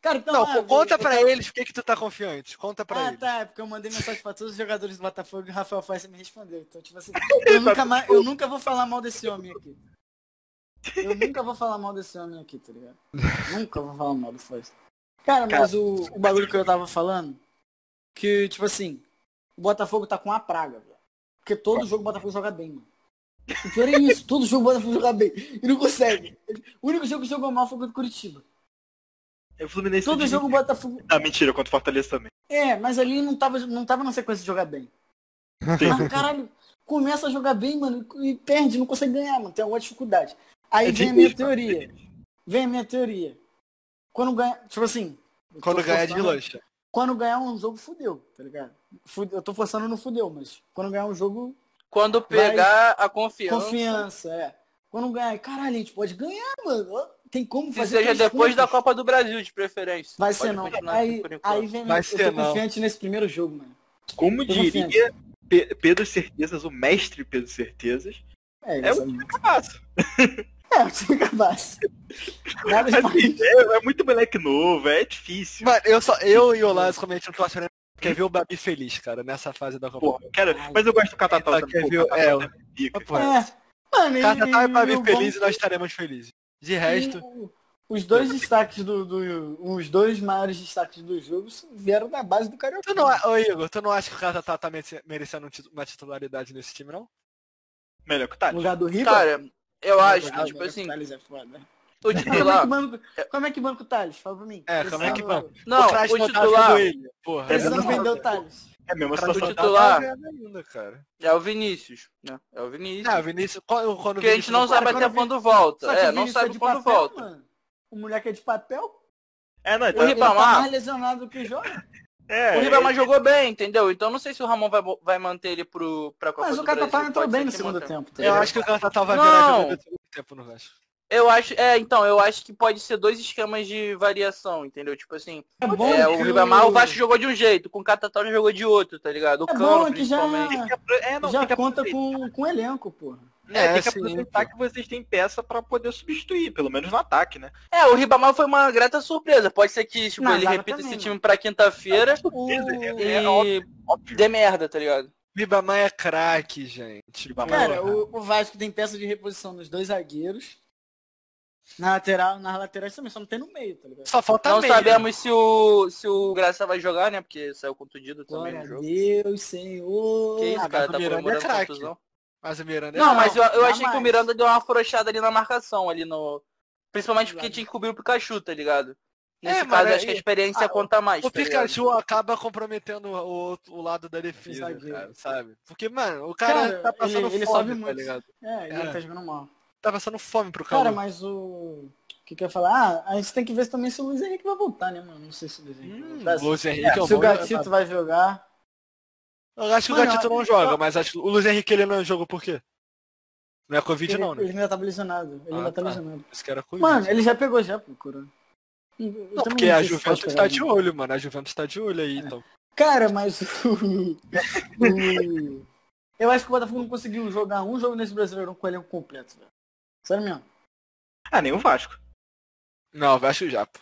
C: Cara, então,
B: Não,
C: ah,
B: pô, conta
C: eu-
B: pra eles por que que tu tá confiante. Conta pra
C: Ah,
B: eles.
C: tá, é porque eu mandei mensagem pra todos os jogadores do Botafogo e o Rafael Faixa me respondeu. Então, tipo assim, eu nunca, mais, eu nunca vou falar mal desse homem aqui. Eu nunca vou falar mal desse homem aqui, tá ligado? Nunca vou falar mal do Faixa. Cara, mas o, o bagulho que eu tava falando, que, tipo assim, o Botafogo tá com uma praga, velho. Porque todo jogo o Botafogo joga bem, mano. O pior é isso, todo jogo o Botafogo joga bem. E não consegue. O único jogo que jogou mal foi contra o Curitiba.
A: É o Fluminense.
C: Todo
A: de-
C: jogo o Botafogo.
A: Ah, mentira, contra o Fortaleza também.
C: É, mas ali não tava, não tava na sequência de jogar bem. Mas, caralho, começa a jogar bem, mano, e perde, não consegue ganhar, mano. Tem alguma dificuldade. Aí
A: É
C: vem a
A: difícil,
D: tipo
C: minha
A: cara.
C: teoria. Vem a minha teoria. Quando ganha. Tipo assim. eu tô
B: Quando ganhar de
C: forçando-
B: lancha.
C: Quando ganhar um jogo, fudeu, tá ligado? Fude- Eu tô forçando não fudeu, mas quando ganhar um jogo,
D: Quando pegar a confiança,
C: confiança, é. Quando ganhar, caralho, a gente pode ganhar, mano. Ó, Tem como
D: que
C: fazer.
D: seja
C: três
D: é depois da
C: pontos.
D: Copa do Brasil, de preferência.
C: Vai ser
D: Pode
C: não.
D: continuar aqui
C: Aí,
D: por enquanto.
C: aí vem
B: Vai
C: eu tô
B: ser não.
C: confiante nesse primeiro jogo, mano.
A: Como diria
C: confiante.
A: Pe- Pedro Certezas, o mestre Pedro Certezas,
C: É,
A: é
C: isso
A: o
D: um
C: aí.
A: time cabaço.
C: É, eu tinha capaz. Nada
A: Assim,
C: demais.
A: é, é muito moleque novo, é difícil.
B: Mano, eu, só, eu e o Lázaro somente não tô achando quer ver o Babi feliz, cara, nessa fase da Copa.
A: Porra, eu quero- mas eu gosto do Catatal
B: Tá,
A: também.
B: quer
A: pô,
B: ver o-
A: Catatal
B: é,
A: também pica.
B: Mas, porra,
C: É. Mano, e-
B: Cada
C: e
B: tal é pra
C: o
B: mim
C: bom
B: feliz
C: que
B: e nós estaremos felizes. De resto,
C: o- Os dois destaques do, do- Os dois maiores destaques do jogo vieram da base do Carioca.
B: tu não, a- ô Igor, tu não acha que o Catatá tá, merece- merecendo um titu- uma titularidade nesse time, não?
A: Melhor que o
C: No
A: Tati.
C: lugar do Riba?
D: Cara, eu acho que,
C: Ah,
D: tipo
C: mano,
D: assim,
C: o Thales é foda.
D: o
C: Como é que
D: titular...
C: banco, como é que banca o Thales? Fala pra mim.
B: É,
C: Eu
B: como é
C: só
B: que
C: não-
B: banca?
D: Não,
B: o Crash
D: o
B: não tá
D: titular
B: vendo ele, porra.
A: É,
C: Eu só não
A: mesmo
C: vendeu o Thales.
A: É a mesma
B: O Crash
A: situação.
B: não
A: da-
B: tá
D: titular.
B: vendo ainda, cara.
D: é o Vinícius, né? É o Vinícius.
B: Não, Vinícius, quando, quando o
D: Porque a
B: Vinícius
D: gente não sabe
C: Cara,
D: até
C: quando
D: quando volta.
C: Só que
D: É,
C: o
D: não
C: Vinícius é
D: sabe
C: de
D: quando
C: papel,
D: volta.
C: mano. O moleque é de papel,
A: É, não,
D: O
A: tá...
C: ele tá
D: Ribamar-
C: mais lesionado que joga.
A: é,
D: O Ribamar jogou bem, entendeu? Então não sei se o Ramon vai, vai manter ele pro, pra Copa
C: Mas
D: do
C: o Catatá
D: Brasil.
C: entrou
D: Pode
C: bem
D: ser
C: no
D: que
C: segundo
D: mantenha.
C: tempo. tá
B: Eu
C: ligado?
B: acho que o Catatá vai virar
D: Não.
B: jogador do segundo tempo no Vasco.
D: Eu acho, é, então, eu acho que pode ser dois esquemas de variação, entendeu? Tipo assim,
C: É bom
D: é, o
C: que
D: Ribamar, o Vasco jogou de um jeito, com o Catatá já jogou de outro, tá ligado? O
C: É
D: Cano,
C: bom que já,
D: principalmente.
B: Ah,
A: é, não, tem
C: já
A: que
C: conta
A: aproveitar.
C: com, com elenco, porra.
A: É, tem que
B: sim,
A: aproveitar que vocês têm peça pra poder substituir, pelo menos no ataque, né?
D: É, o Ribamar foi uma grata surpresa. Pode ser que tipo,
C: Na
D: ele
C: zaga
D: repita
C: também,
D: esse
C: né?
D: time pra quinta-feira
C: O...
A: É
D: e dê merda, tá ligado?
B: Ribamar é craque, gente.
A: Ribamar
C: Cara,
B: Porra.
C: o, o Vasco tem peça de reposição nos dois zagueiros. Na lateral, nas laterais também, só não tem no meio, tá ligado?
B: Só falta
D: Não
B: meia.
D: sabemos se o, se o Graça vai jogar, né? Porque saiu contundido também
C: Glória a
D: no jogo.
C: Deus, Senhor.
D: Que isso,
B: Ah,
D: cara,
B: mas o
D: tá
B: Miranda é
D: comemorando
B: craque.
D: contusão.
B: Mas o Miranda é
D: Não, mas eu, eu
C: jamais.
D: achei que o Miranda deu uma afrouxada ali na marcação, ali no... Principalmente porque tinha que cobrir o Pikachu, tá ligado? Nesse
B: É,
D: caso,
B: mas
D: acho que a
B: aí-
D: experiência
B: Ah,
D: conta mais,
B: O
D: tá ligado?
B: Pikachu acaba comprometendo o, outro- o lado da defesa,
C: Zagueiro.
B: cara, sabe? Porque, mano, o cara,
C: Cara,
B: tá passando
C: ele- ele
B: fome,
C: sobe
B: tá
C: muito.
B: ligado?
C: É, ele
B: É.
C: tá jogando mal.
B: Tá passando fome pro
C: Cara,
B: cara.
C: mas o. O que que eu ia falar? Ah, a gente tem que ver também se o Luiz Henrique vai voltar, né, mano? Não sei se o Luiz Henrique
B: Hum,
C: vai
B: o
C: voltar.
B: Luiz Henrique é um
C: Se o
B: bom
C: Gatito
B: jogador.
C: vai jogar.
B: Eu acho que o
C: Mano,
B: Gatito não
C: eu-
B: joga, mas acho que o Luiz Henrique ele não jogou por quê? Não é Covid
C: Ele,
B: não, né?
C: ele ainda tá lesionado. Ele
B: Ah,
C: ainda tá,
B: tá.
C: lesionado.
B: Esse cara é Covid.
C: Mano, ele já pegou já, pô, Corona. Eu
B: Não,
C: também
B: porque
C: não
B: a
C: sei se pode
B: Juventus
C: pegar, É.
B: tá
C: não.
B: de olho, mano. A Juventus tá de olho aí, então.
C: Cara, mas o... o- Eu acho que o Botafogo não conseguiu jogar um jogo nesse Brasileirão com o elenco completo, velho. Sério mesmo.
A: Ah, nem o Vasco.
B: Não, vai acho o Japo.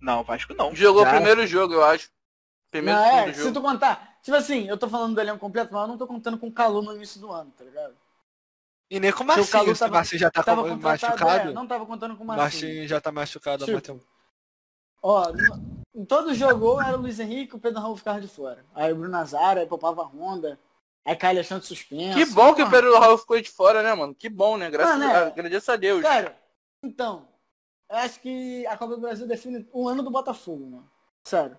A: Não, o Vasco não.
D: Jogou o
B: Já.
D: primeiro jogo, eu acho. Primeiro
C: Não,
D: e
C: é,
D: segundo
C: se
D: jogo.
C: tu contar... Tipo assim, eu tô falando do elenco completo, mas eu não tô contando com o Calu no início do ano, tá ligado?
B: E nem com o
C: Porque o Calu
B: Marcinho, se o
C: tava-
B: Marcinho já tá
C: Tava
B: com-
C: contratado,
B: machucado.
C: é, não tava contando com o Marcinho.
B: Marcinho já tá machucado há
C: Tipo,
B: muito tempo.
C: Ó, no- em todo jogo ou era o Luiz Henrique, o Pedro Raul ficava de fora. Aí o Bruno Nazar, aí poupava a Honda. Aí Caio Alexandre suspenso.
D: Que bom que o
C: Porra.
D: Pedro Raul ficou de fora, né, mano? Que bom, né? Graças
C: assim, ah. Mano,
D: a,
C: é.
D: agradeço a Deus.
C: Cara, então, eu acho que a Copa do Brasil define o ano do Botafogo, mano. Sério.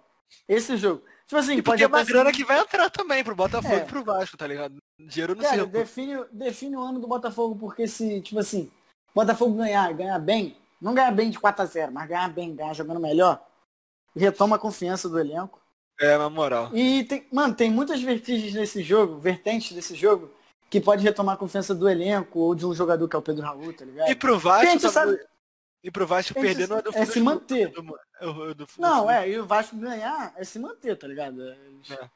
C: Esse jogo. Tipo assim,
B: E
C: pode
B: porque é uma
C: até-
B: grana que vai entrar também pro Botafogo
C: É.
B: e pro Vasco, tá ligado? Dinheiro no
C: Cara,
B: circo.
C: define, define o ano do Botafogo, porque se, tipo assim, o Botafogo ganhar, ganhar bem, não ganhar bem de 4x0, mas ganhar bem, ganhar jogando melhor, retoma a confiança do elenco.
B: É, na moral.
C: E, tem, mano, tem muitas vertigens nesse jogo, vertentes desse jogo, que pode retomar a confiança do elenco ou de um jogador que é o Pedro Raul, tá ligado?
B: E pro
C: Porque a
B: Vasco,
C: gente sabe-
B: e pro Vasco
C: a gente
B: perder não é do
C: é se manter.
B: do- do- do-
C: Não, é, e o Vasco ganhar é se manter, tá ligado? É-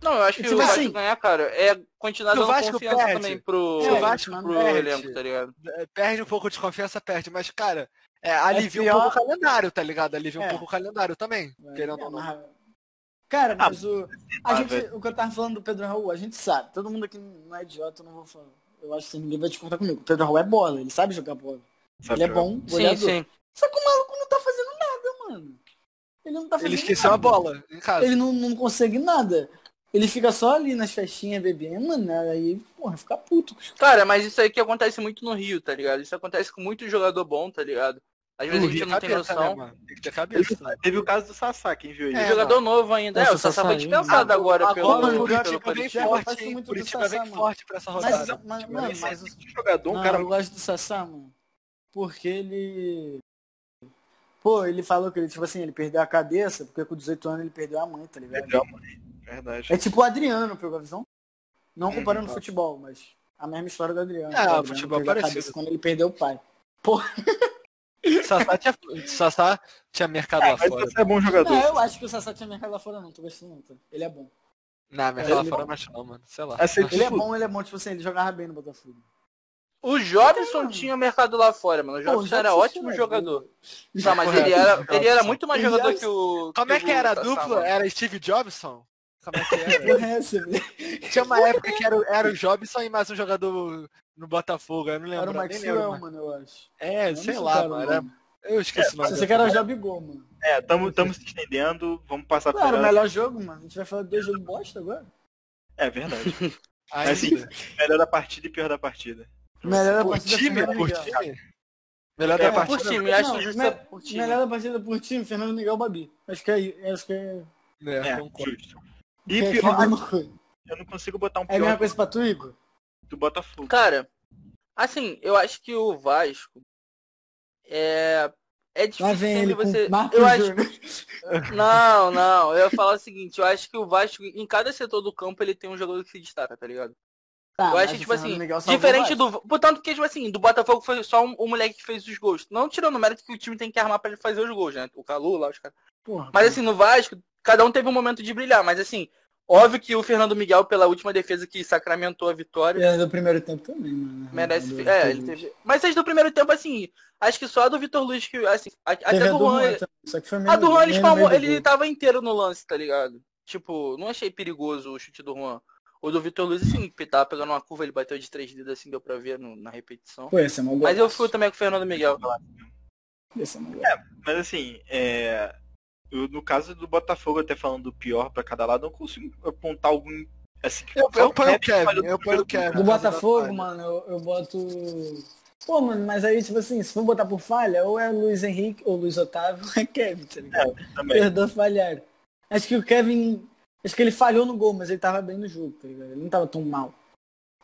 D: Não, eu acho que
C: Tipo
D: o Vasco
C: assim,
D: ganhar, cara, é continuar
B: se o
D: dando
B: Vasco
D: confiança
B: perde,
D: também pro,
C: se
B: o
D: pro,
B: Vasco perde,
D: elenco, tá ligado?
B: perde um pouco de confiança, perde. Mas, cara, é, alivia
C: pior-
B: um pouco o calendário, tá ligado? Alivia
C: É.
B: um pouco o calendário também. Querendo
C: É,
B: ou não.
C: mas- Cara, mas o. A
A: Ah,
C: gente,
A: velho.
C: o que eu tava falando do Pedro Raul, a gente sabe. Todo mundo aqui não é idiota, eu não vou falar. Eu acho que ninguém vai descontar comigo. O Pedro Raul é bola, ele sabe jogar bola.
A: Sabe,
C: ele é bom,
D: Sim,
C: goleador.
D: sim.
C: Só que o maluco não tá fazendo nada, mano. Ele não tá fazendo
B: Ele esqueceu a
C: nada.
B: bola em casa.
C: Ele não, não consegue nada. Ele fica só ali nas festinhas bebendo, mano. Aí, porra, fica puto.
D: Cara, mas isso aí que acontece muito no Rio, tá ligado? Isso acontece com muito jogador bom, tá ligado? Às vezes a gente
B: tá
D: não tem noção.
B: né, mano? Tem que ter cabeça. né?
A: é Teve o caso do Sassá, quem viu ele?
B: É,
D: Um jogador novo ainda.
C: Nossa,
D: é, o Sassá
C: Sassá
D: foi
C: ainda.
D: dispensado agora,
B: Agora
D: pelo,
B: o Curitiba
D: pelo
B: vem
D: Curitiba.
C: Curitiba.
B: forte,
C: Eu gosto
B: hein?
C: muito do
B: Curitiba vem
C: Sassá, mano.
B: forte pra essa
C: Mas,
B: rodada.
C: mas,
A: Mano,
C: mano, mas
A: esse jogador, um
C: Não,
A: cara
C: eu gosto do Sassá, mano. Porque ele. Pô, ele falou que ele, tipo assim, ele perdeu a cabeça, porque com 18 anos ele perdeu a mãe, tá ligado?
A: legal, mano. Verdade.
C: É tipo o Adriano, pegou a visão? Não comparando o futebol, mas a mesma história do Adriano.
B: É,
C: O
B: o
C: Adriano
B: futebol
C: perdeu a
B: parecido.
C: cabeça Quando ele perdeu o pai.
B: Sassá tinha, Sassá tinha mercado Tá lá
A: Mas
B: fora.
A: você é bom jogador.
C: Não, eu acho que o Sassá tinha mercado lá fora, não, tô gostando não, tá? Ele é bom.
B: Não, mercado lá
C: Ele-
B: fora não acho não, mano. Sei lá.
A: Assim,
C: Ele é
A: Tipo-
C: bom, ele é bom, tipo assim, ele jogava bem no Botafogo.
D: O Jobson
C: Então,
D: tinha mercado lá fora, mano. O
C: Pô,
D: Jobson,
C: já
D: era
C: que você
D: ótimo
C: chama,
D: jogador.
C: né?
D: Tá, mas ele era, ele era muito mais
C: O
D: jogador
C: Jobson-
D: que o.
B: Como é que
D: o
B: era a
D: Sassá,
B: dupla?
D: mano.
B: Era Steve Jobson? Como é que
C: Que
B: era?
C: porra é essa, velho?
B: Tinha uma época que era, o- era o Jobson e mais um jogador no Botafogo, eu não lembro.
C: Era o
B: nem lembro
C: Maxwell,
B: mais.
C: mano, eu acho.
B: É,
C: Eu não
B: sei
C: sei
B: lá,
C: qual era o
B: mano. era-
C: nome.
B: Eu esqueci o nome.
C: Se você
B: dele.
C: quer era o Jabigol, mano.
A: É, estamos se estendendo. Vamos passar
C: Claro, o
A: melhor.
C: melhor jogo, mano. A gente vai falar de dois jogos bosta agora?
A: É verdade.
B: Ainda.
A: assim, Melhor da partida e pior da partida.
C: Melhor é
B: Por time?
C: Fernando
B: Por
C: Miguel.
B: time? Melhor
A: É,
B: da
A: por
D: Por
B: partida.
D: time, eu acho
C: Não,
D: justo
C: me-
D: é por time.
C: Melhor da partida por time, Fernando Miguel Babi. Acho que é. Acho que é.
B: né,
A: É,
B: concordo.
A: justo. E
C: é,
A: pior,
C: a mesma coisa.
A: eu não consigo botar um
C: É a mesma
A: pior
C: coisa pra tu, Igor?
A: do Botafogo.
D: Cara, assim, eu acho que o Vasco é é
C: Lá
D: difícil
C: vem ele
D: sempre
C: com
D: você.
C: Marcos
D: Eu acho,
C: Júnior.
D: não, não. Eu ia falar o seguinte, eu acho que o Vasco em cada setor do campo ele tem um jogador que se destaca, tá ligado?
C: Tá,
D: eu
C: mas
D: acho que,
C: o
D: tipo
C: Fernando
D: assim,
C: Miguel salvou
D: diferente
C: o
D: do. Portanto, que, tipo assim, do Botafogo foi só um, um moleque que fez os gols. Não tirando o mérito que o time tem que armar pra ele fazer os gols, né? O Calu lá, os caras.
C: Vasco. Porra,
D: Mas assim, no Vasco, cada um teve um momento de brilhar, mas assim, óbvio que o Fernando Miguel, pela última defesa que sacramentou a vitória,
C: cara. É, do primeiro tempo também, mano.
D: Merece.
C: Do-
D: É,
C: do-
D: ele teve. Mas as do primeiro tempo, assim, acho que só a do Vitor Luiz, que, assim, a-
C: Teve
D: até
C: a
D: do Juan. ele-
C: também, Só que foi
D: A do Juan, ele, espalmou-
C: meio do
D: ele
C: gol.
D: tava inteiro no lance, tá ligado? Tipo, não achei perigoso o chute do Juan. O do Vitor Luiz, assim, que tava pegando uma curva, ele bateu de três dedos, assim, deu pra ver no- na repetição.
C: Pô, esse é mau gol.
D: Mas eu fico também com o Fernando Miguel.
C: Esse é mau gol.
A: Mas assim, é, eu- no caso do Botafogo, até falando do pior pra cada lado, eu não consigo apontar algum. Assim, que-
B: Eu,
A: só
B: eu ponho o
A: Pepe falhou
B: Kevin,
A: no
B: eu ponho
A: primeiro
B: o Kevin.
C: Do
B: por causa da
C: Botafogo,
B: falha.
C: mano, eu, eu boto. Pô, mano, mas aí, tipo assim, se for botar por falha, ou é Luiz Henrique, ou Luiz Otávio, ou é Kevin, tá ligado?
A: tempo também.
C: Perdoa falhar. Acho que o Kevin. Acho que ele falhou no gol, mas ele tava bem no jogo, tá ligado? Ele não tava tão mal.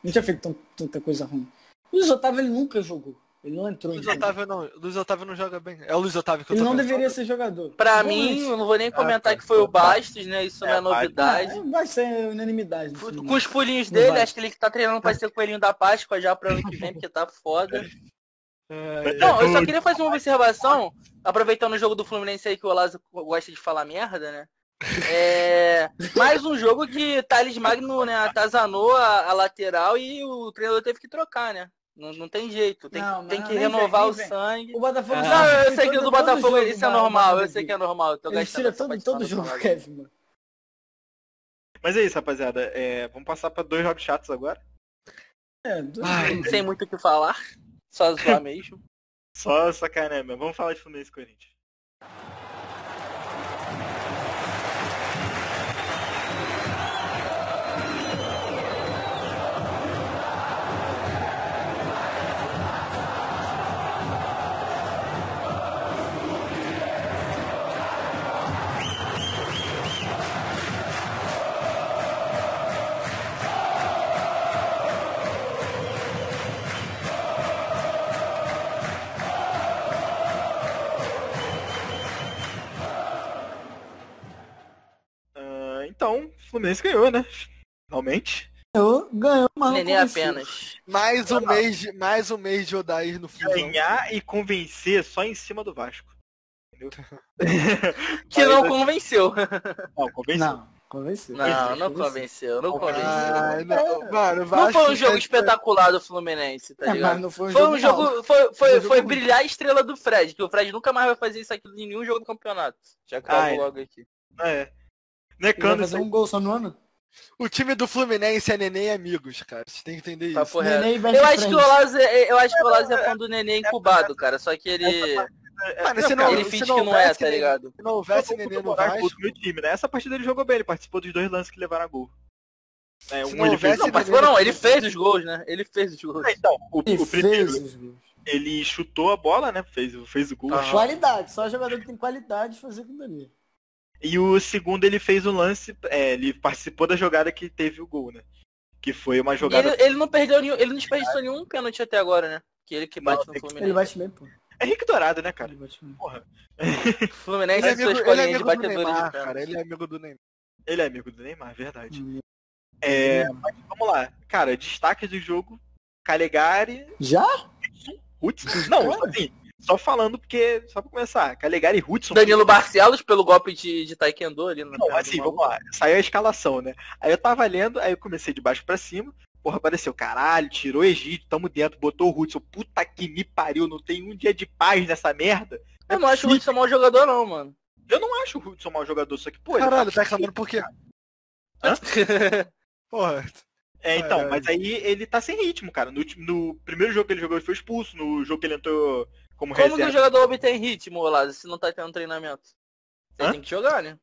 C: Não tinha feito tão- tanta coisa ruim. O Luiz Otávio ele nunca jogou. Ele não entrou em
B: Luiz
C: campo.
B: Otávio não, Luiz Otávio não joga bem. É o Luiz Otávio que eu
C: Ele
B: tô
C: não
B: pensando.
C: deveria ser jogador. Ah,
D: Pra
C: Bom,
D: mim,
C: isso-
D: eu não vou nem comentar
A: tá,
D: que foi o
A: tá.
D: Bastos, né? Isso não é
A: É, vai-
D: novidade.
C: Ah, vai ser unanimidade. nesse
D: Com
C: momento.
D: os pulinhos
C: Não
D: dele,
C: vai.
D: acho que ele que tá treinando pra ser coelhinho da Páscoa já pra ano que vem, porque tá foda.
B: É, é.
D: Não, eu só queria fazer uma observação, aproveitando o jogo do Fluminense aí que o Olazo gosta de falar merda, né? É, mais um jogo que Thales Magno né, atazanou a, a lateral e o treinador teve que trocar, né? Não, não tem jeito, tem,
C: Não, mas
D: tem
C: não,
D: que
C: nem
D: renovar
C: vem, nem
D: o
C: vem.
D: sangue.
C: O Botafogo.
B: Ah.
C: já
D: É. Não, eu
C: tira
D: sei que
C: todo-
D: do
C: todo
D: Botafogo
C: jogo
D: isso é
C: da- da
D: normal, eu
C: Babi.
D: sei que é normal. eu Tô
C: Ele
D: gastando
C: tira
D: essa
C: todo,
D: participação
C: todo
D: do
C: jogo,
D: Ronaldo.
C: Kevin, mano.
A: Mas é isso, rapaziada. É, vamos passar pra dois jogos chatos agora.
C: É, do...
B: Ai,
D: Sem muito o que falar, só zoar mesmo.
A: Só sacanagem mesmo. Vamos falar de Fluminense e Corinthians. Então, o Fluminense ganhou, né? Finalmente.
C: Ganhou, ganhou, mas não
D: Nenê
C: convenceu.
D: apenas.
B: Mais um mês de, mais um mês de Odair no Flusão.
A: Ganhar e convencer só em cima do Vasco. Entendeu?
D: Que
A: Mas-
D: não convenceu.
A: Não, convenceu.
C: Não, convenceu.
D: Não, não convenceu, não convenceu.
B: Ai, não, mano, o
D: Não
B: Vasco
D: foi um jogo
B: tá-
D: espetacular do Fluminense, tá
C: É, mas
D: ligado?
C: não foi um
D: Foi um
C: jogo.
D: jogo. Foi, foi,
C: um jogo
D: foi
C: ruim.
D: brilhar a estrela do Fred, que o Fred nunca mais vai fazer isso aqui em nenhum jogo do campeonato. Já acabou
A: Ah, é.
D: logo aqui.
A: É.
C: Ele vai
A: Necando
C: fazer um gol só no ano?
B: O time do Fluminense é neném e amigos, cara. Vocês têm que entender isso.
D: Papo reto.
C: Nenê vai de
D: Eu acho,
C: frente.
D: que o Olazo, é- eu acho que o Olazo é fã do neném incubado, cara. Só que
C: É,
D: ele,
A: é-
B: Mano, é se
D: ele
B: se
D: finge que não é,
B: houvesse
D: tá
B: Nenê-
D: ligado?
B: Se não houvesse neném no Vasco,
A: meu time, né? Essa partida ele jogou bem, ele participou dos dois lances que levaram a gol. É,
B: Se
A: um
B: não
A: ele
B: houvesse
A: fez-
D: Não, participou não, ele fez os gols, né? Ele fez os gols.
A: Ah, então, o,
C: Ele
A: o
C: fez
A: primeiro,
C: os gols.
A: ele chutou a bola, né? Fez, fez o gol.
D: Aham.
C: Qualidade, só jogador que tem qualidade de fazer com Danilo.
A: E o segundo, ele fez o lance, é, ele participou da jogada que teve o gol, né? Que foi uma
D: E
A: jogada.
D: Ele, ele não perdeu nenhum, ele não desperdiçou nenhum pênalti até agora, né? Que ele que bate
A: Não,
D: no
A: tem que-
D: Fluminense.
C: Ele bate bem, pô.
A: É Henrique Dourado, né, cara?
C: Ele bate bem.
D: Fluminense
B: ele é
D: e suas
B: amigo, ele é
D: colinhas de
B: amigo do
D: batedores de
B: Neymar,
D: pênalti.
B: cara. Ele é amigo do Neymar.
A: Ele é amigo do Neymar,
D: Hum.
A: verdade. É, mas vamos lá. Cara, destaque do jogo, Calegari,
C: Já?
A: Hudson. Não, assim, só falando porque, só pra começar, Calegari e Hudson.
D: Danilo Barcelos pelo golpe de, de Taekwondo ali né? no
A: Não, assim, vamos lá. Saiu a escalação, né? Aí eu tava lendo, aí eu comecei de baixo pra cima. Porra, apareceu, caralho, tirou o Egito, tamo dentro, botou o Hudson. Puta que me pariu, não tem um dia de paz nessa merda.
D: Eu não acho o Hudson mau jogador não, mano.
A: Eu não acho o Hudson mau jogador, só que, pô, ele
B: Caralho, tá reclamando por quê? Porra.
A: É, então,
B: Caralho.
A: mas aí ele tá sem ritmo, cara. No, ulti- no primeiro jogo que ele jogou, ele foi expulso. No jogo que ele entrou como,
D: Como que o
A: reserva.
D: jogador obtém ritmo, Olazo, se não tá tendo treinamento? Você
A: Hã?
D: tem que jogar, né?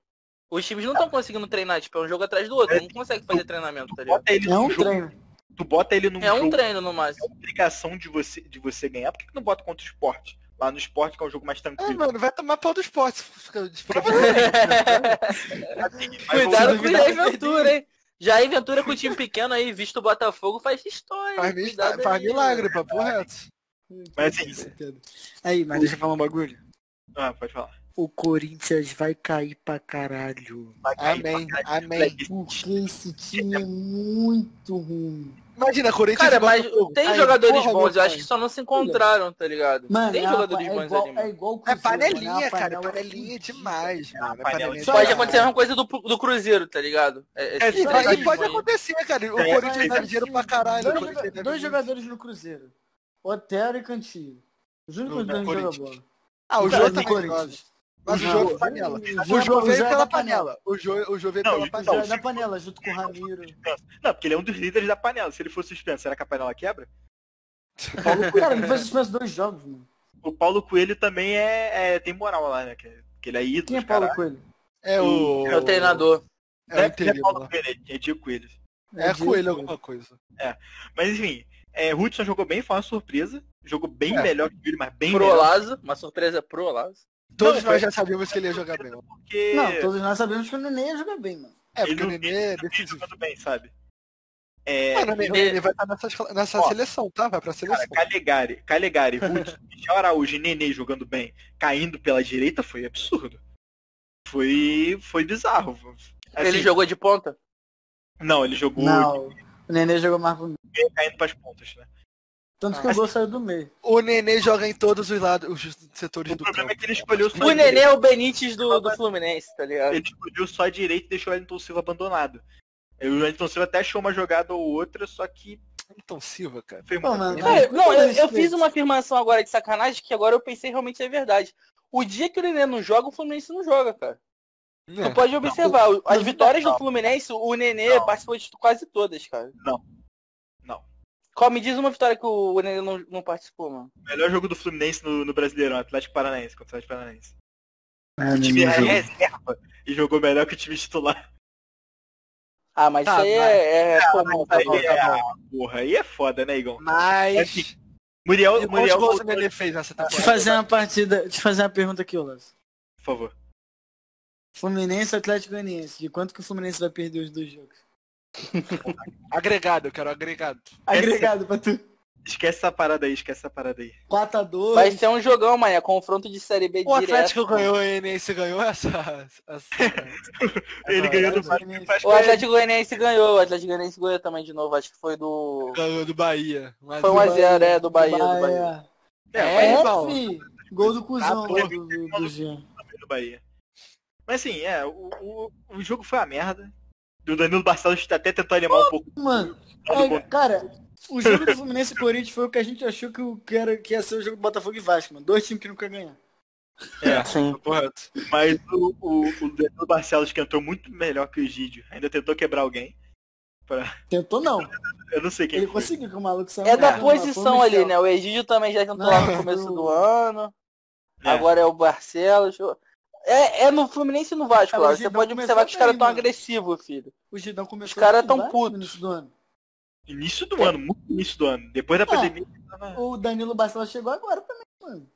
D: Os times
B: Ah.
D: não estão conseguindo treinar, tipo, é um jogo atrás do outro, não consegue
B: tipo,
D: fazer treinamento, tá
A: Tu
D: ligado?
A: bota ele
C: É
A: num
C: um
A: jogo,
C: treino.
A: tu bota ele num
D: É um
A: jogo
D: treino no máximo.
A: é uma obrigação de você, de você ganhar. Por que, que não bota contra o esporte? Lá no esporte, que é um jogo mais
B: É,
A: tranquilo.
B: mano, vai tomar pau do esporte. se fica- se fica-
A: Mas tá-
D: Cuidado
A: vamos-
D: com o Jair Ventura, hein? Jair Ventura com o time pequeno aí, visto o Botafogo, faz história.
B: Faz,
D: hein?
B: mi-
D: Cuidado
B: faz
D: aí,
B: milagre, papo reto.
A: Mas é isso.
C: Aí, mas deixa eu falar um bagulho.
A: Ah, pode falar.
C: O Corinthians vai cair pra caralho.
A: Vai cair,
B: Amém,
A: vai cair.
B: amém.
C: Porque esse time é muito ruim.
B: Imagina, Corinthians
D: Cara,
B: e
D: mas é
B: Botafogo.
D: tem
B: Aí,
D: jogadores
B: porra,
D: bons, eu
B: Botafogo.
D: acho que só não se encontraram, tá ligado?
C: Mano,
D: tem
C: é uma pa-
D: jogadores
C: é
D: bons
C: igual,
D: ali, mano.
C: É igual o
B: É
C: Cruzeiro, mano,
B: panelinha,
C: uma
B: cara. é
C: panela
B: Panelinha
C: fudida.
B: demais, mano. É
A: panela
B: panelinha
A: de-
D: Pode
B: demais.
D: acontecer a mesma coisa do, do Cruzeiro, tá ligado? É, é,
A: É,
B: Isso
D: esses
B: aí
D: jogadores
B: pode
D: bons aí.
B: acontecer, cara. O
A: É,
B: Corinthians
A: mas-
B: deve dinheiro pra caralho. o
C: Dois,
B: Corinthians
C: joga-
B: deve
C: dois
B: muito.
C: jogadores no Cruzeiro. Otero e Cantilho. Os únicos
A: No-
C: dois
A: no
C: que
A: é
C: jogam
A: Corinthians.
C: bola.
B: Ah, o
C: Cara,
B: jogo
C: no
B: também
C: Corinthians.
B: joga. Mas o
C: Não,
B: jogo é panela.
C: Jô-
B: O jogo veio
C: Jô é
B: pela
C: da
B: panela. O jogo o Jô veio
A: Não,
B: pela
A: o- não,
C: Jô
B: panela.
C: é da panela, junto com o Ramiro.
A: Não, porque ele é um dos líderes da panela. Se ele fosse suspenso, será que a panela quebra?
C: Cara, ele foi suspenso dois jogos, mano.
A: O Paulo Coelho também é, é- tem moral lá, né? Que, que ele é ídolo.
C: Quem é
A: os
C: Paulo
A: caralho.
C: Coelho?
B: É o...
D: É o treinador.
B: É
A: Não é,
B: o
A: não é
B: interino.
A: Paulo
B: lá.
A: Coelho, é Diego Coelho.
B: É
C: Diego
B: coelho alguma coisa.
A: Mas enfim, é, Hudson jogou bem, foi uma surpresa. Jogou bem
B: É.
A: melhor que o Júlio, mas bem
D: Pro
A: melhor
D: Olazo, uma surpresa pro Olazo.
B: Todos
A: Não,
B: nós já sabíamos que ele ia jogar bem.
A: porque
C: Não, todos nós sabemos que o Nenê ia jogar bem, mano.
B: É,
A: Ele
B: porque o
A: não-
B: Nenê é
A: ele
B: decisivo.
A: jogando bem, sabe? É,
B: Mano, o Nenê
D: ele-
B: ele vai estar nessa, escala- nessa
A: Ó,
B: seleção, tá? Vai pra seleção.
A: cara, Calegari, Calegari, Ruth, Michel Araújo e Nenê jogando bem, caindo pela direita, foi absurdo. Foi, foi bizarro. Assim,
D: Ele jogou de ponta?
A: Não, ele jogou
C: Não, o Nenê jogou mais pro meio.
A: caindo pras pontas, né?
C: Tanto que o gol saiu do meio.
B: O Nenê joga em todos os lados, os setores
A: O
B: do
A: problema
B: campo.
A: é que ele escolheu só
D: O
A: a
D: Nenê
A: direita.
D: é o Benítez do, do Fluminense, tá ligado?
A: Ele escolheu só a direita e deixou o Wellington Silva abandonado. O Wellington Silva até achou uma jogada ou outra, só que
B: Então Silva, cara.
A: foi
C: Pô,
A: muito
C: mano,
D: Cara,
C: com
D: não,
C: todo
D: eu, eu
C: respeito.
D: fiz uma afirmação agora de sacanagem que agora eu pensei realmente é verdade. O dia que o Nenê não joga, o Fluminense não joga, cara.
B: É.
D: Tu pode observar, as
C: não,
D: vitórias
A: não.
D: do Fluminense, o Nenê
A: Não.
D: participou de quase todas, cara.
A: Não. Não.
D: Qual, me diz uma vitória que o Nenê não, não participou, mano.
A: o melhor jogo do Fluminense no, no Brasileirão, Atlético Paranaense, contra o Atlético Paranaense.
C: É,
A: O time é reserva e jogou melhor que o time titular.
D: Ah, mas
B: Tá,
D: isso aí
B: vai.
D: é, é comum, tá
A: Aí
D: bom,
A: é,
D: tá bom.
A: ah, porra, aí é foda, né, Igor?
B: Mas...
A: É assim, Muriel,
B: E quantos
A: Muriel
B: gols o
A: voltou,
B: Nenê fez nessa
C: Te
B: temporada?
C: fazer uma partida, deixa eu fazer uma pergunta aqui, Olas.
A: por favor.
C: Fluminense e Atlético Goianiense. De quanto que o Fluminense vai perder os dois jogos?
B: Agregado, eu quero agregado.
C: Agregado pra tu.
A: Esquece essa parada aí, esquece essa parada aí.
C: 4x2.
D: Vai ser um jogão, mané. Confronto de Série B
B: O
D: direto.
B: Atlético ganhou, o Enense ganhou essa. essa-
A: Ele
B: essa-
A: ganhou do
B: essa-
A: Vasco. Vasco
D: O Atlético Goianiense ganhou. O Atlético Goianiense ganhou também de novo. Acho que foi do...
B: ganhou do Bahia. Mas
D: Foi
B: o-
D: um a zero, é, do Bahia. Do Bahia.
B: É,
C: É,
B: irmão.
C: fi. Gol do cuzão
A: Ah,
C: lá do, do, do Jean.
A: do Bahia. Mas assim, é, o, o, o jogo foi uma merda. O Danilo Barcelos até tentou animar um pouco.
C: Mano,
A: Tá
C: é,
A: bom.
C: cara, o jogo do Fluminense e Corinthians foi o que a gente achou que, o- que, era, que ia ser o jogo do Botafogo e Vasco, mano. Dois times que não quer ganhar.
D: Sim.
B: Correto.
A: Mas o, o, o Danilo Barcelos cantou muito melhor que o Egídio. Ainda tentou quebrar alguém.
C: Tentou não.
A: Eu não sei quem
C: Ele
A: foi.
C: conseguiu que o maluco saiu.
D: É
C: Não,
D: da
C: não, foi
D: posição
C: o
D: ali,
C: Michel.
D: né? O Egídio também já tentou lá no começo do ano.
A: É.
D: Agora é o Barcelos. É, é no Fluminense e no Vasco,
C: É,
D: lá.
C: o
D: Você
C: Gidão
D: pode
C: começou
D: observar que os caras
C: bem,
D: tão
C: mano.
D: agressivos, filho.
C: O Gidão começou
D: Os caras
C: com
D: tão
C: vários
D: putos.
C: minutos do ano.
A: Início do ano, muito início do ano. Depois da pandemia. tava-
C: O Danilo Barcelos chegou agora também, mano.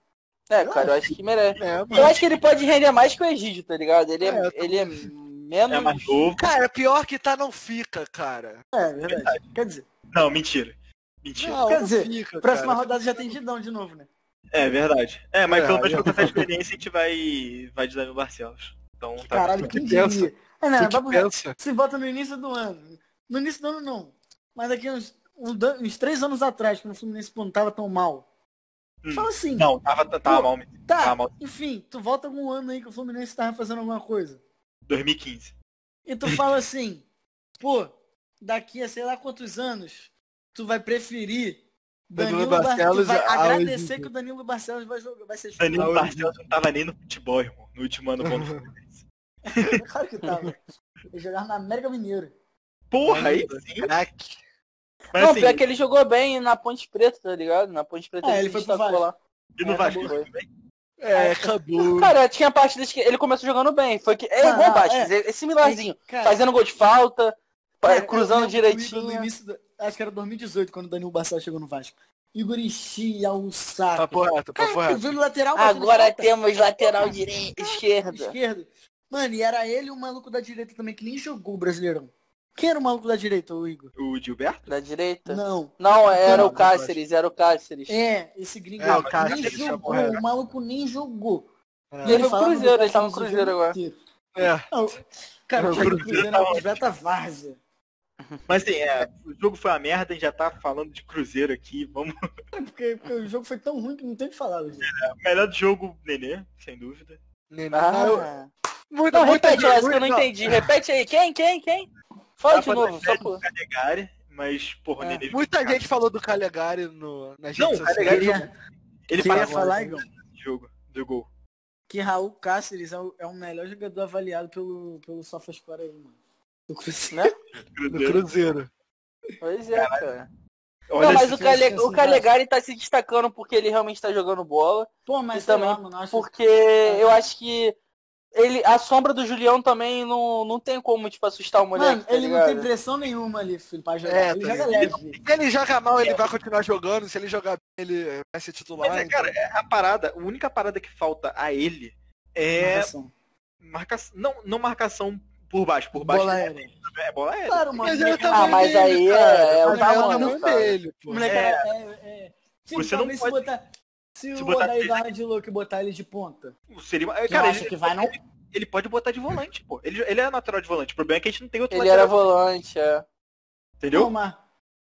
D: É,
C: Eu
D: cara, eu acho que merece.
B: É, mano.
D: Eu acho que ele pode render mais que o Egídio, tá ligado? Ele é,
B: É, eu tô-
D: ele é menos.
A: É mais novo.
B: Cara, pior que tá, não fica, cara.
C: É, verdade. Quer dizer,
A: Não, mentira. Mentira.
B: Não,
C: Quer
B: não
C: dizer,
B: fica,
C: próxima
B: cara.
C: rodada já tem Gidão de novo, né?
A: É verdade. É, mas
B: É,
A: pelo menos
B: é.
A: pra contar a experiência a gente vai, vai de Danilo Barcelos. Então, tá
C: Caralho,
A: bom.
C: quem
B: pensa.
C: diria? É, não,
B: Tu
C: papo
B: que
C: reto.
B: pensa?
C: se bota no início do ano. No início do ano não. Mas daqui uns, um dan- uns três anos atrás, quando o Fluminense pô, não tava tão mal.
A: Hum.
C: Fala assim,
A: Não, tava, tava,
C: Pô,
A: mal mesmo.
D: Ah.
C: tá,
A: tava mal.
C: enfim, tu volta algum ano aí que o Fluminense tava fazendo alguma coisa.
A: 2015.
C: E tu fala assim, pô, daqui a sei lá quantos anos, tu vai preferir
B: Danilo
C: Danilo, Bar- tu
B: Barcelos
C: vai
B: ao
C: agradecer
B: Egídio.
C: que o Danilo Barcelos vai jogar, vai ser
A: Danilo
B: Não, eu-
A: Barcelos não tava nem no futebol, irmão. No último ano bom do Fluminense.
C: jogador. Claro que tava. Ele jogava na América Mineiro.
A: Porra, aí sim.
B: Crack.
A: Mas
D: não,
A: assim,
D: pior que ele jogou bem na Ponte Preta, tá ligado? Na Ponte Preta
C: É,
D: se
C: ele foi pro
D: destacou
C: Vasco.
A: e no
D: é,
A: Vasco
D: acabou.
A: também.
B: É, acabou.
D: Cara, tinha partidas que ele começou jogando bem. Foi que... É
C: Ah,
D: igual o
C: não,
D: Bastos, é, é similarzinho.
C: Cara,
D: Fazendo gol de falta, pa-
C: Cara, É, eu
D: é, cruzando
C: lembro que o Igor No
D: direitinho.
C: início do- acho que era 2018, quando o Danilo Barcelos chegou no Vasco. Igor enchia o
B: Papo
C: saco.
B: reto, papo
C: Cara,
B: reto.
C: cruzou no lateral, batendo
D: Agora
C: falta.
D: temos lateral direita, esquerda.
C: Esquerdo. Mano, e era ele e o maluco da direita também, que nem jogou o Brasileirão. Quem era o maluco da direita, o Igor?
A: O Gilberto?
D: Da direita? Não, é,
C: Não.
D: era
B: Não,
D: o Cáceres, era o Cáceres.
C: É, esse gringo
B: É, o
C: aí, que
B: cara
C: nem
B: que ele
C: jogou.
B: chamou, é.
C: O maluco nem jogou.
B: É.
D: E ele foi
C: falava
D: no Cruzeiro,
C: do
D: ele tá no
C: Barcelos o
D: Cruzeiro
C: jogo
D: agora.
C: inteiro.
B: É.
C: Ah, o- Cara, o
B: O
C: time do
B: Cruzeiro
C: Cruzeiro é uma completa várzea.
A: Mas assim, é, o jogo foi uma merda, a gente já tá falando de Cruzeiro aqui. Vamos.
C: É Porque, porque o jogo foi tão ruim que não tem o que falar. gente.
A: Melhor jogo, Nenê, sem dúvida.
D: Ah,
B: eu- Muita,
D: Não,
B: muita
D: repete,
B: gente,
D: Léo, que eu não
B: muita-
D: entendi. Repete aí. Quem, quem, quem? Fala de
A: Rafa
D: novo. Só
A: Daniel,
D: por...
A: Calegari, mas, porra, o
C: É,
A: Nenê.
B: Muita gente falou do Calegari no, nas
A: Não,
B: redes
A: o
B: sociais.
A: Calegari
C: Queria-
A: jogou. Ele
C: Queria
A: parou
C: falar, Igor,
A: no jogo do gol.
C: que Raul Cáceres é o, é o melhor jogador avaliado pelo, pelo SofaScore aí, mano. Do Cruzeiro.
D: Né?
B: No
A: Cruzeiro.
B: Cruzeiro.
D: Pois é, cara.
A: Olha
D: não, mas
A: esse-
D: o, Cale...
C: esse-
D: o Calegari tá se destacando porque ele realmente tá jogando bola.
C: Pô, mas
D: E
C: sei
D: também
C: lá, mano, acho
D: Porque eu acho que ele... a sombra do Julião também não, não tem como, tipo, assustar o moleque,
C: Mano,
D: tá
C: ele não
D: ligado?
C: tem pressão nenhuma ali, filho, pra jogar.
B: É,
C: ele
B: tá
C: joga
B: ligado?
C: leve.
B: Se ele joga mal, ele vai continuar jogando. Se ele jogar bem, ele vai ser titular. então.
A: Mas, é, cara, é a parada, a única parada que falta a ele é
C: Marcação.
A: marcação. Não, não marcação por baixo, por baixo.
C: Bola aérea.
A: É bola aérea.
C: Claro, mano. né,
B: Mas
C: o
B: é o
C: moleque-
B: tamanho
D: Ah, mas
B: dele,
D: aí é-
B: cara.
D: é o
B: Mas é o
D: tamanho,
B: tamanho
D: cara.
B: dele,
C: o
B: pô.
C: moleque
A: É.
C: era- é, é. Se
A: Você
C: o
A: não
C: Fabrício
A: pode-
C: botar... Se,
A: se
C: o
A: botar
C: Odair
A: ele-
C: Barra de Louco botar ele de ponta,
A: Seria, é,
C: tu
A: cara,
C: acha
A: ele,
C: que vai não?
A: ele pode botar de volante, pô. Ele, ele é natural de volante. O problema é que a gente não tem outro
D: Ele
A: lateral,
D: era volante, é.
A: entendeu?
C: Não, mas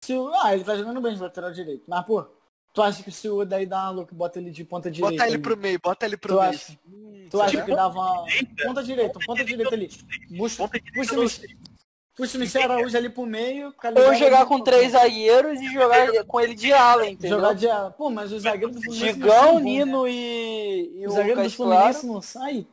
C: se o... Ah, ele tá jogando bem de lateral direito. Mas, pô, tu acha que se o Odair dá uma louca e bota ele de ponta direita?
B: Bota ele
C: ali,
B: pro meio, bota ele pro
C: Tu
B: meio.
C: acha?
B: Hum,
C: Tu
B: será?
C: acha que dava uma...
A: Direita?
C: Ponta direita, um ponta direita ali. Puxa,
A: Ponta direita,
C: puxa,
A: eu não
C: o
A: sei.
C: Mich- puxa o Michel Araújo ali pro meio.
D: Ou
C: Calegari
D: jogar
C: ali
D: com
C: pro-
D: três zagueiros e jogar com ele de ala, entendeu?
C: Jogar de ala. Pô, mas o zagueiro do Fluminense. não
D: Digão,
C: são bons, né?
D: Nino e, e
C: O
D: o
C: zagueiro do
D: Lucas
C: Fluminense
D: Claro.
C: não sai.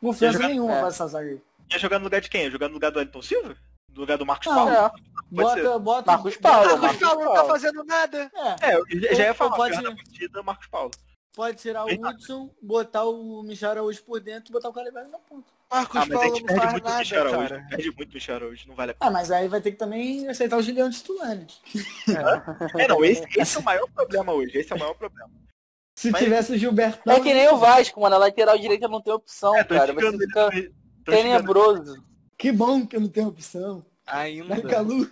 C: Confiança
A: Jogar-
C: nenhuma
D: é.
C: pra essa zaga aí.
A: Ia jogar no lugar de quem? Ia jogar no lugar do Elton Silva? No lugar do Marcos
C: Não. tá
A: Paulo?
D: É.
C: Bota, bota. um-
D: Marcos Paulo,
C: Bota-
B: Marcos Paulo não tá fazendo nada.
C: É,
A: É, eu já- já
C: Ou-
A: ia falar,
C: ou pode-
A: pode... partida, Marcos Paulo.
C: pode tirar o Hudson, botar o Michel Araújo por dentro e botar o Calegari na ponta.
B: Marcos
A: Ah, mas a
B: Paulo
A: gente
B: não
A: perde
B: faz
A: muito o Michel
B: nada,
A: Araújo.
B: cara.
A: Perde muito o Michel Araújo, não vale a pena.
C: Ah, mas aí vai ter que também aceitar o Julião titular, né?
A: É, não, esse, esse é o maior problema hoje. Esse é o maior problema.
C: Se
A: Mas-
C: tivesse o Gilbertão.
D: É que nem o Vasco, mano. A lateral direita não tem opção,
A: É, tô
D: cara. Você
A: xingando
D: fica
A: ele, tô xingando
D: tenebroso.
C: Que bom que eu não tenho opção.
B: Ainda.
C: Da Calu.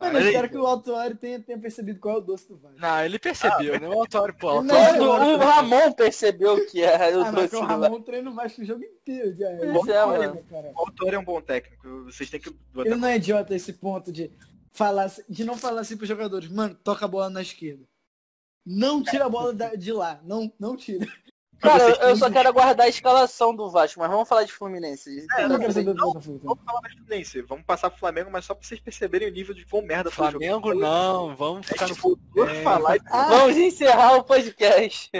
C: Mano, eu
A: Olha
C: espero
A: aí.
C: que o Altuário tenha, tenha percebido qual é o doce do Vasco.
B: Não, ele percebeu, né? O Autório, pô, o
C: Não,
B: Autório-
C: eu-
D: o Ramon percebeu que era o
C: Ah, mas
D: doce
C: o
D: do Vasco.
C: Ramon treina o Vasco o jogo inteiro. Já. É,
D: Pois é, mano.
C: foda, cara.
A: O autor é um bom técnico. Vocês têm que botar.
C: Ele não é idiota esse ponto de falar, assim- de não falar assim pros jogadores, mano, toca a bola na esquerda. Não tira a bola da- de lá. Não, não tira.
D: Cara,
A: Vocês
D: eu, eu só quero aguardar a escalação do Vasco, mas vamos falar de Fluminense.
C: Eu não quero saber do
A: É, não,
C: Botafogo. cara.
A: Vamos falar mais do Fluminense. Vamos passar pro Flamengo, mas só pra vocês perceberem o nível de quão merda foi o jogo.
B: Flamengo não, vamos
A: A
B: ficar no
A: gente voltou a falar e
C: Ah,
D: Vamos encerrar o podcast.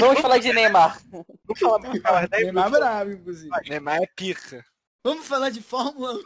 D: vamos falar de Neymar.
A: não falar mais cara, né?
C: Neymar bravo, inclusive.
B: Neymar é pica.
C: Vamos falar de Fórmula 1.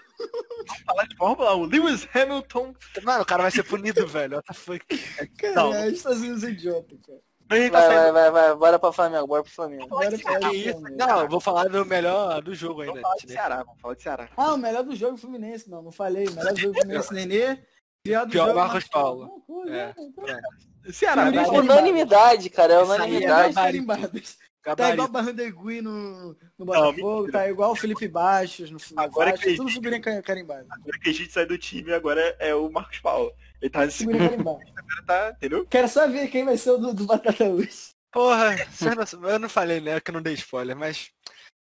A: Vamos falar de Fórmula 1. Lewis Hamilton.
B: Mano, o cara vai ser punido, velho. What the fuck?
C: Cara,
A: Não.
C: é Estados Unidos é idiota, cara.
A: Ele tá
D: Vai,
A: saindo.
D: vai, vai, vai. Bora pra Flamengo, bora pro Flamengo.
C: Agora
A: é Que
C: fala um. do
B: isso,
C: Flamengo.
B: Não, eu vou falar do melhor do jogo ainda.
A: Vamos falar de
B: né?
A: Ceará. Vamos falar de Ceará.
C: Ah, o melhor do jogo é o Fluminense, não. Não falei. O melhor do jogo é o Fluminense Nenê. Pior do
B: Pior
C: jogo. é
B: Marcos Paulo.
C: Loucura,
B: É.
C: né? Então,
A: Ceará. né?
C: Ceará.
A: vai-
C: Vai-
D: Unanimidade, cara, é
B: Isso aí é
D: unanimidade.
B: verdade.
C: Então, carimbadas. Tá igual o
B: Gabarito.
C: Barrandegui no, no
A: mentira.
C: Botafogo, tá igual o Felipe Baixos no Fluminense.
A: Agora é
C: Agora
A: que-
C: Tudo figurinha ca- carimbada.
A: Agora é que a gente sai do time, agora é, é o Marcos Paulo. Ele tá nesse
C: Figurinha carimbada.
A: tá, entendeu?
C: Quero só ver quem vai ser o do, do Batata Luz.
B: Porra, vocês não- eu não falei, né? Que eu não dei spoiler, mas.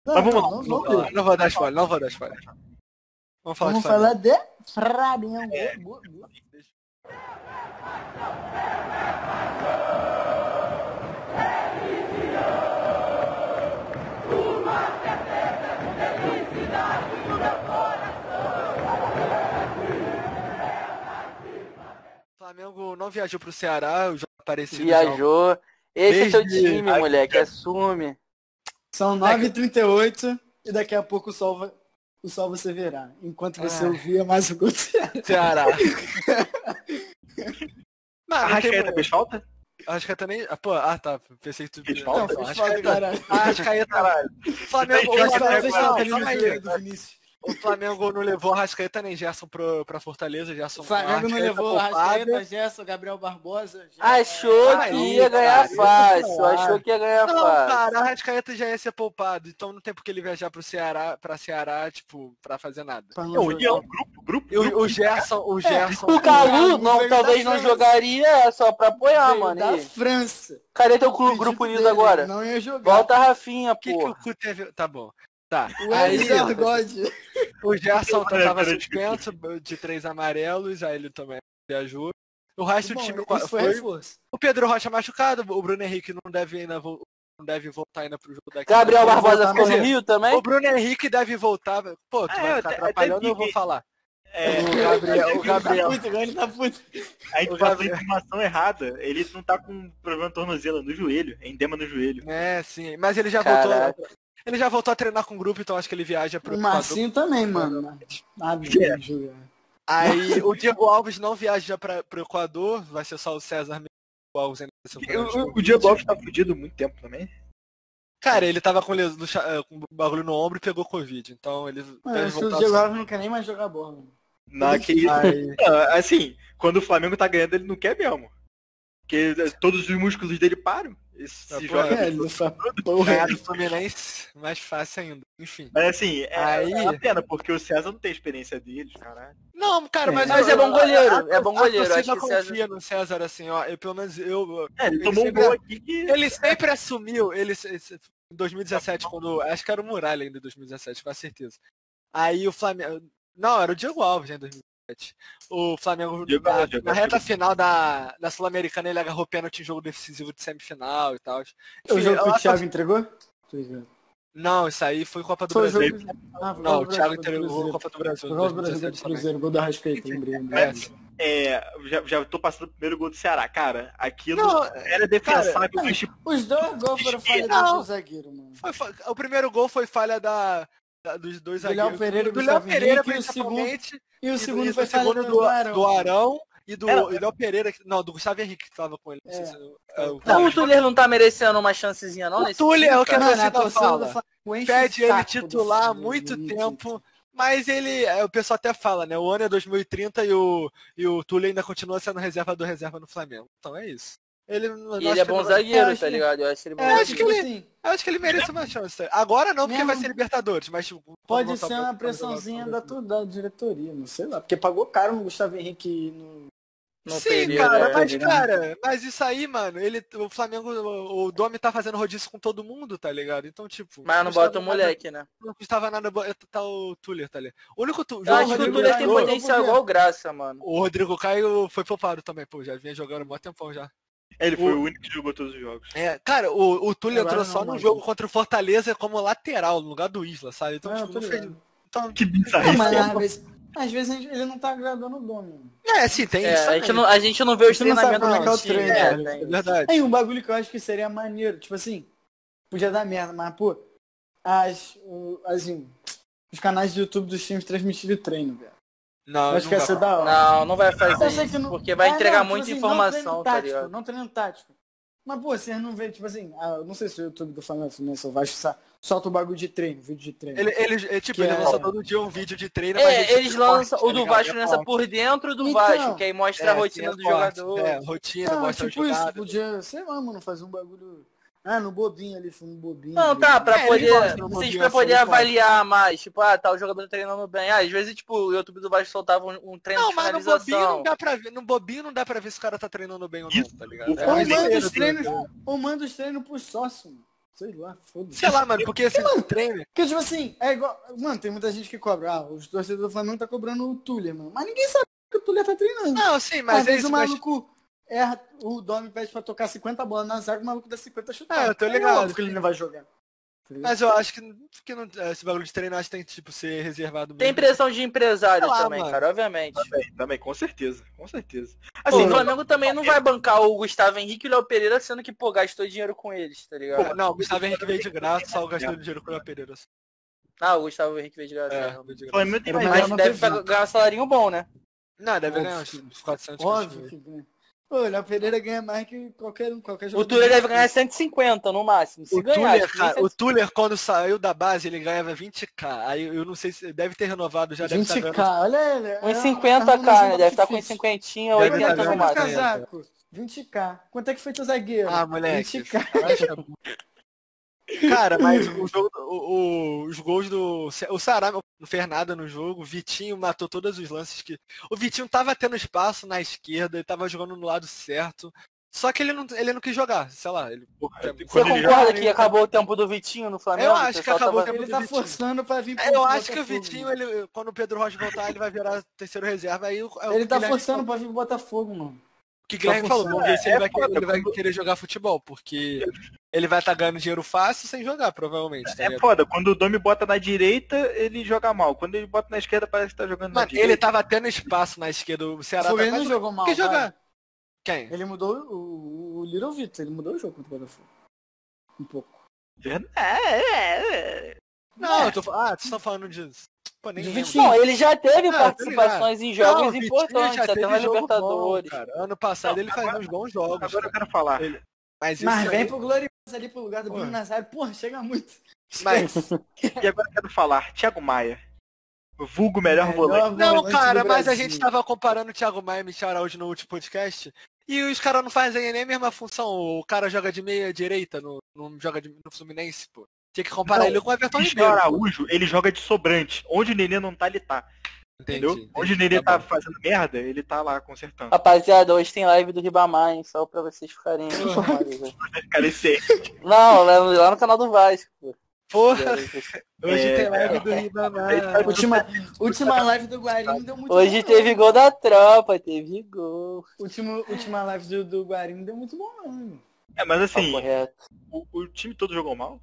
C: Não,
A: Mas vamos lá,
C: Tá não,
B: Não,
C: não,
B: vou falar, não vou dar spoiler, não vou dar spoiler. Vamos falar
C: Vamos
B: de Flamengo.
C: falar de Flamengo.
A: É.
C: Boa, boa.
B: Flamengo não viajou pro Ceará, eu já apareci.
D: Viajou. Esse é
B: Desde-
D: teu time,
B: Ai,
D: moleque. Assume.
C: São 9h38 e daqui a pouco o sol, vai- o sol você verá. Enquanto você
B: Ah.
C: ouvia mais um o gol do Ceará.
B: Ceará.
A: A
B: Mas,
A: Rascaeta fez falta?
B: acho que também. Ah, pô, ah tá. Pensei que tu.
A: Fez
C: Não,
A: falta?
C: faz
B: acho
C: falta,
B: que-
C: caralho.
B: Ah, Arrascaeta. Flamengo,
A: Tem
B: o
A: jogo
B: Flamengo,
A: até
C: Vocês estão
A: agora,
B: não,
C: querendo
B: calma aí.
C: zoeira do Vinícius.
B: o Flamengo não levou a Rascaeta nem Gerson pro, pra Fortaleza. Gerson
C: O Flamengo não
A: é
B: Arrascaeta
C: levou
B: poupado.
C: Arrascaeta, Gerson, Gabriel Barbosa.
D: Achou
B: Aí,
D: que ia ganhar
B: cara,
D: fácil. Achou que ia ganhar
B: Não,
D: fácil.
B: cara, a Rascaeta já ia ser poupado. Então não tem porque ele viajar pro Ceará, pra Ceará, tipo, pra fazer nada.
C: Pra não
A: Não,
C: jogar.
A: união, grupo, grupo.
B: E o,
A: grupo.
B: o Gerson,
C: É,
B: o Gerson.
C: Calu
D: O Calu
C: veio
D: não,
C: da
D: talvez não
C: França.
D: jogaria é só pra apoiar,
C: Veio
D: mano.
C: Da
D: E-
C: França.
D: Cadê teu clu-
C: Pedido
D: grupo unido
C: dele,
D: agora?
C: Não ia jogar.
D: Volta a Rafinha,
B: que, que o
D: pô.
B: cu teve. Tá bom. Tá.
C: O
B: Aí,
C: Elis Argod.
B: o Gerson
A: Pera,
B: tava
A: pera,
B: suspenso de três amarelos, aí ele também viajou. O resto do
C: Bom,
B: time
C: isso
B: qua-
C: foi
B: foi.
C: reforço.
B: O Pedro Rocha machucado, o Bruno Henrique não deve ainda vo- não deve voltar ainda pro jogo daqui.
D: Gabriel
B: Deve
D: Barbosa
B: voltar,
D: ficou
B: mas-
D: no Rio também?
B: O Bruno Henrique deve voltar. Pô,
A: né?
B: tu
A: Ah,
B: vai
A: eu
B: ficar
A: até-
B: atrapalhando,
A: até
B: eu vou
A: vi-
B: falar.
A: É,
B: O Gabriel, o Gabriel.
C: Ele tá puto, agora ele tá puto.
A: a gente
B: o
A: passou a
B: Gabriel.
A: informação errada. Ele não tá com problema no tornozelo, é no joelho. É endema no joelho.
B: É, sim. Mas ele já
D: Caraca.
B: voltou. Ele já voltou a treinar com o grupo, então acho que ele viaja
C: O
B: pro Equador.
C: Marcinho também, mano. Nada de jogar.
B: Aí o Diego Alves não viaja pra, pro Equador, vai ser só o César mesmo. O Alves ainda vai ser um grande
A: O, o, o
B: jogo.
A: Diego Alves tá fudido há muito tempo também.
B: Cara, ele tava com, les- do cha- eh, com bagulho no ombro e pegou Covid. Então ele
C: Mano,
B: deve
C: acho que Ah, o
B: voltar
C: Diego
B: só-
C: Alves não quer nem mais jogar bola. mano.
A: Naquele...
B: Aí-
A: Não, Assim, quando o Flamengo tá ganhando, ele não quer mesmo. Porque eh, todos os músculos dele param. Ele se
B: Ah, pô,
A: joga.
C: É, ele só porra.
B: Ganhar do Fluminense, mais fácil ainda. Enfim.
A: Mas assim, é,
B: Aí-
A: é uma pena, porque o César não tem experiência deles, caralho.
B: Não, cara, mas,
D: Mas é bom goleiro. É bom goleiro.
B: A
D: Acho
B: torcida
D: que o César...
B: confia no César, assim, ó. Eu, pelo menos eu.
A: É, ele
B: Ele
A: tomou um
B: sempre- é,
A: gol aqui que.
B: Ele sempre assumiu. Ele, se- se- em 2017, quando. Acho que era o Muralha ainda em 2017, com a certeza. Aí o Flamengo. Não, era o Diego Alves né, em 2017. O Flamengo.
A: Diego
B: na,
A: Alves, Diego
B: na
A: Alves.
B: reta final da, da Sul-Americana, ele agarrou pênalti em jogo decisivo de semifinal e tal.
C: Foi o
B: Enfim,
C: jogo que
B: eu
C: o
B: acho-
C: Thiago entregou?
B: Não, isso aí foi Copa do
C: Foi o
B: Brasil.
C: jogo. Ah, foi
B: Não,
C: o
B: o
C: Brasil,
B: Thiago
C: foi do
B: entregou a
C: Cruzeiro.
B: Copa do Brasil.
C: Foi o jogo do Brasil do
B: 2017 também.
C: Cruzeiro, gol do Arrascaeta, lembrei. lembrei.
B: É,
A: É, já, já tô passando o primeiro gol do Ceará, cara. Aquilo
B: Não,
A: era defensável, mas tipo,
C: Os dois gols foram falha
B: Não.
C: do zagueiro, mano.
B: Foi fa- o primeiro gol foi falha da, da- dos dois
C: Do Léo
B: zagueiros.
C: Pereira e
B: Do
C: do
B: Léo
C: Gustavo
B: Pereira,
C: Henrique, e o segundo,
B: principalmente.
C: e
B: e
C: o
B: do-
C: segundo
B: e
C: foi
B: do
C: falha
B: segundo
C: do,
B: do,
C: do Arão.
B: do Arão e do
A: Era-
B: e Léo Pereira. que- Não, do Gustavo Henrique que tava com ele. Não sei
C: É.
B: se- é, o
D: Então o Tuller não tá merecendo uma chancezinha, não?
B: o
D: nesse
B: Túlio é o que a
C: Mano, a
B: torcida
C: torcida do
B: fala.
C: Flamengo enche o
B: Pede ele
C: saco do
B: titular há
C: Flamengo,
B: muito
C: enche.
B: tempo. Mas ele, é, o pessoal até fala, né? O ano é 2030 e o, e o Túlio ainda continua sendo reserva do reserva no Flamengo. Então é isso. Ele, eu acho
D: E ele é
B: que
D: bom
B: vai-
D: zagueiro,
C: acho
D: tá
C: que-
D: ligado? Eu acho que ele é bom.
B: É, acho
D: zagueiro.
B: que ele-
C: assim,
B: Eu acho que ele merece uma chance. Agora não, porque
C: Mesmo-
B: vai ser Libertadores, mas tipo, quando
C: pode
B: voltar
C: ser
B: pro-
C: uma pressãozinha da, tu- da diretoria, não sei lá. Porque pagou caro no Gustavo Henrique no.
D: Não
B: Sim,
D: teria,
B: cara,
D: né?
B: mas
C: Teria, né?
B: cara, mas isso aí, mano, ele, o Flamengo, o, o Domi tá fazendo rodízio com todo mundo, tá ligado? Então, tipo.
D: Mas não
B: custava
D: bota o
B: nada-
D: moleque, né?
B: Não custava nada bo- tá o Tuller, tá ligado? O único tu,
D: Eu
B: jogo
D: acho que o
B: Rodrigo
D: Tuller tem
B: jogou-
D: potencial igual o Graça, mano.
B: O Rodrigo Caio foi poupado também, pô, já vinha jogando há mó tempão já.
A: Ele foi o único que jogou todos os jogos.
B: É, cara, o, o Túlio
C: Agora
B: entrou
C: não,
B: só no
C: mano.
B: jogo contra o Fortaleza como lateral, no lugar do Isla, sabe? Então,
C: Ah,
B: tipo,
C: tô
B: não fez.
C: ligado.
B: Então,
A: Que
C: Não,
A: bizarro.
C: mas às vezes, às vezes a gente- ele não tá agradando o dono.
B: é, sim, tem
D: É,
B: isso.
D: a,
B: também.
D: gente não, a gente não vê os
C: Você não sabe
D: treinamentos
C: como é que é o
D: do
C: treino,
D: time, né?
C: velho.
B: É
D: Tem-
B: verdade.
C: Aí um bagulho que eu acho que seria maneiro, tipo assim, podia dar merda, mas pô, as, o- assim, os canais de YouTube dos times transmitiram treino, velho.
B: Não,
C: Eu acho
B: não
C: que ia
B: dá.
C: ser da hora.
D: Não, não vai fazer
C: Eu sei
D: isso,
C: que não-
D: porque vai
C: É, não,
D: entregar
C: tipo
D: muita
C: assim,
D: informação,
C: não treino
D: tá
C: tático,
D: ligado?
C: Não treino tático. Mas, pô, vocês não vê, tipo assim, ah, eu não sei se o YouTube do Flamengo Fluminense ou Vasco sa- solta o bagulho de treino, vídeo de treino.
B: Ele, ele, é, tipo,
C: Que
B: ele
C: é-
B: lança todo dia um vídeo de treino, mas
D: É,
B: ele-
D: eles lançam
B: tá
D: o do
B: ligado?
D: Vasco
B: É
D: lança
B: forte.
D: por dentro do
C: Então,
D: Vasco, que aí mostra a
B: É,
D: rotina
B: sim,
D: do
B: é forte.
D: jogador.
B: É, rotina,
C: não,
B: mostra
C: tipo
B: o
C: isso,
B: jogado.
C: podia, sei lá, mano, fazer um bagulho. Ah, no bobinho ali, filme bobinho.
D: Não, tá,
C: ali.
D: pra
B: É,
D: poder.
B: ele gosta de um
D: Vocês
B: pouquinho
D: pra
B: assim,
D: poder
B: ele gosta.
D: avaliar mais, tipo, ah, tá, o jogador treinando bem. Ah, às vezes, tipo, o YouTube do Vasco soltava um, um treino
B: Não,
D: de
B: mas no bobinho não
D: finalização.
B: dá pra ver. No bobinho não dá pra ver se o cara tá treinando bem ou não, tá ligado?
A: O
B: É,
C: Ou
B: mas
C: manda
B: treino,
C: os treinos,
B: treino.
C: ou manda os treinos pros sócios, mano. Sei lá, foda-se.
B: Sei lá, mano, porque assim,
C: Mano,
B: treino.
C: Porque, tipo assim, é igual. Mano, tem muita gente que cobra. Ah, os torcedores do Flamengo tá cobrando o Tuller, mano. Mas ninguém sabe que o Tuller tá treinando.
B: Não,
C: Mas Às
B: sim, mas é
C: vezes
B: isso,
C: o
B: mas-
C: maluco erra, o Domi pede pra tocar 50 bolas na zaga, o maluco dá 50 chutadas.
B: Ah, eu tô
C: É
B: ligado.
C: óbvio que ele não vai jogar. Tá ligado?
B: Mas eu acho que, que não- esse bagulho de treinar acho que tem que tipo, ser reservado mesmo.
D: Tem pressão de empresário
B: Sei lá,
D: também,
B: mano.
D: cara, obviamente.
A: Também, também, com certeza, com certeza.
D: Pô,
A: Assim,
D: o
A: não,
D: Flamengo também não vai bancar o Gustavo Henrique e o Léo Pereira, sendo que, pô, gastou dinheiro com eles, tá ligado?
B: Pô, não, o Gustavo Henrique veio de graça, só gastou dinheiro com o Pereira.
D: Ah, o Gustavo Henrique veio de graça.
B: É,
D: né?
B: veio de
A: o
B: graça.
A: Flamengo tem
C: Era
A: mais
C: melhor
D: Mas
C: não
D: deve
C: ter
D: pegar-
C: vindo.
D: ganhar um salarinho bom, né?
B: Não, deve
C: Óbvio
B: ganhar
C: que-
B: uns 400
C: Óbvio que ganha. Pô, o Léo Pereira ganha mais que qualquer um, qualquer
D: O
C: jogador.
D: Tuller deve ganhar 150 no máximo. Se é assim.
B: O é
D: ganhar,
B: Tuller,
D: acho que nem
B: cara, o Tuller, quando saiu da base, ele ganhava 20k. Aí eu não sei se deve ter renovado, já deve tá estar
C: 20k,
B: ganhando.
C: olha ele. é
D: Uns
C: uma
B: Ah,
D: 50
C: harmonização
D: cara, deve estar com uns
C: difícil.
D: 50,
B: tá Deve
D: 80
B: tá
D: no
B: ganhando
C: Quanto é que
D: máximo.
B: mais, né?
C: casaco? 20k. Quanto é que foi teu zagueiro?
B: Ah, moleque.
C: 20k.
B: Cara, mas o jogo, o- o- os gols do. O Sará não fez nada no jogo. O Vitinho matou todos os lances que. O Vitinho tava tendo espaço na esquerda, ele tava jogando no lado certo. Só que ele não, ele não quis jogar, sei lá. Ele,
D: Você
A: Quando ele tá
D: concorda
C: joga-
D: que acabou o tempo do Vitinho no Flamengo?
B: Eu acho que
D: pessoal
B: acabou o tempo
C: Ele
B: do
C: tá
B: Vitinho.
C: forçando pra vir pro
B: É, eu acho que
D: né?
B: o
C: Botafogo.
B: Vitinho, ele, quando o Pedro Rocha voltar, ele vai virar terceiro reserva. Aí o, é o
C: Ele tá
B: Guilherme-
C: forçando pra vir pro Botafogo, mano.
B: O que o Guilherme
C: tá
B: falou,
C: forçando.
B: vamos ver se ele, vai,
A: foda,
B: ele vai querer jogar futebol, porque ele vai estar ganhando dinheiro fácil sem jogar, provavelmente. tá
A: É
B: ligado?
A: foda, quando o Domi bota na direita, ele joga mal. Quando ele bota na esquerda, parece que tá jogando na
B: Mano,
A: direita.
B: ele tava tendo espaço na esquerda, o
C: O
B: Ceará tá
C: Fogueira não
B: quase-
C: jogou mal.
B: Quem
C: cara.
B: jogar? É. Quem?
C: Ele mudou o, o, o Little Vitor, ele mudou o jogo contra o Botafogo. Um pouco.
A: É,
B: Não, eu tô falando. Ah, vocês estão falando disso. Pô, nem
C: De
B: lembro.
C: Vitinho.
D: Bom, ele já teve
B: Ah,
D: participações em
B: Não,
D: jogos
B: o Vitinho
D: importantes,
B: já
D: até
B: teve
D: na
B: jogo
D: Libertadores.
B: bom, cara. Ano passado ele fazia uns bons jogos.
A: Agora eu
B: cara.
A: quero falar.
B: Mas, isso
C: Mas
B: aí-
C: vem pro Glorioso ali pro lugar do
B: Pô.
C: Bruno Nazário. Porra, chega muito.
B: mas-
A: E agora eu quero falar. Thiago Maia. Vulgo melhor,
C: Melhor
A: volante.
B: Não,
C: volante do
B: cara, mas a
C: Brasil.
B: gente tá tava comparando o Thiago Maia e o Michel Araújo no último podcast. E os caras não fazem nem a mesma função. O cara joga de meia direita, no, não joga de, no Fluminense, pô. Tinha que comparar
A: Não,
B: ele com o Everton
A: Michel
B: Ribeiro.
A: Araújo, ele joga de sobrante. Onde o Nenê não tá, ele tá. Entendeu? Onde o Nenê tá,
B: bom.
A: fazendo merda, ele tá lá consertando.
D: Rapaziada, hoje tem live do Ribamar, hein? Só pra vocês ficarem informados. né?
A: Cara, esse é-
D: Não, lá lá no canal do Vasco. pô.
B: Porra, hoje
A: É,
B: tem live do Ribamar.
D: tá
A: tá
C: Última,
B: é-
C: última live do Guarim deu muito
D: Hoje
C: bom.
D: teve gol da tropa, teve gol.
C: não. Última, última live do, do Guarim deu muito bom, não.
A: É, mas assim,
D: Papo
B: Ah,
D: reto.
A: o, o time todo jogou mal.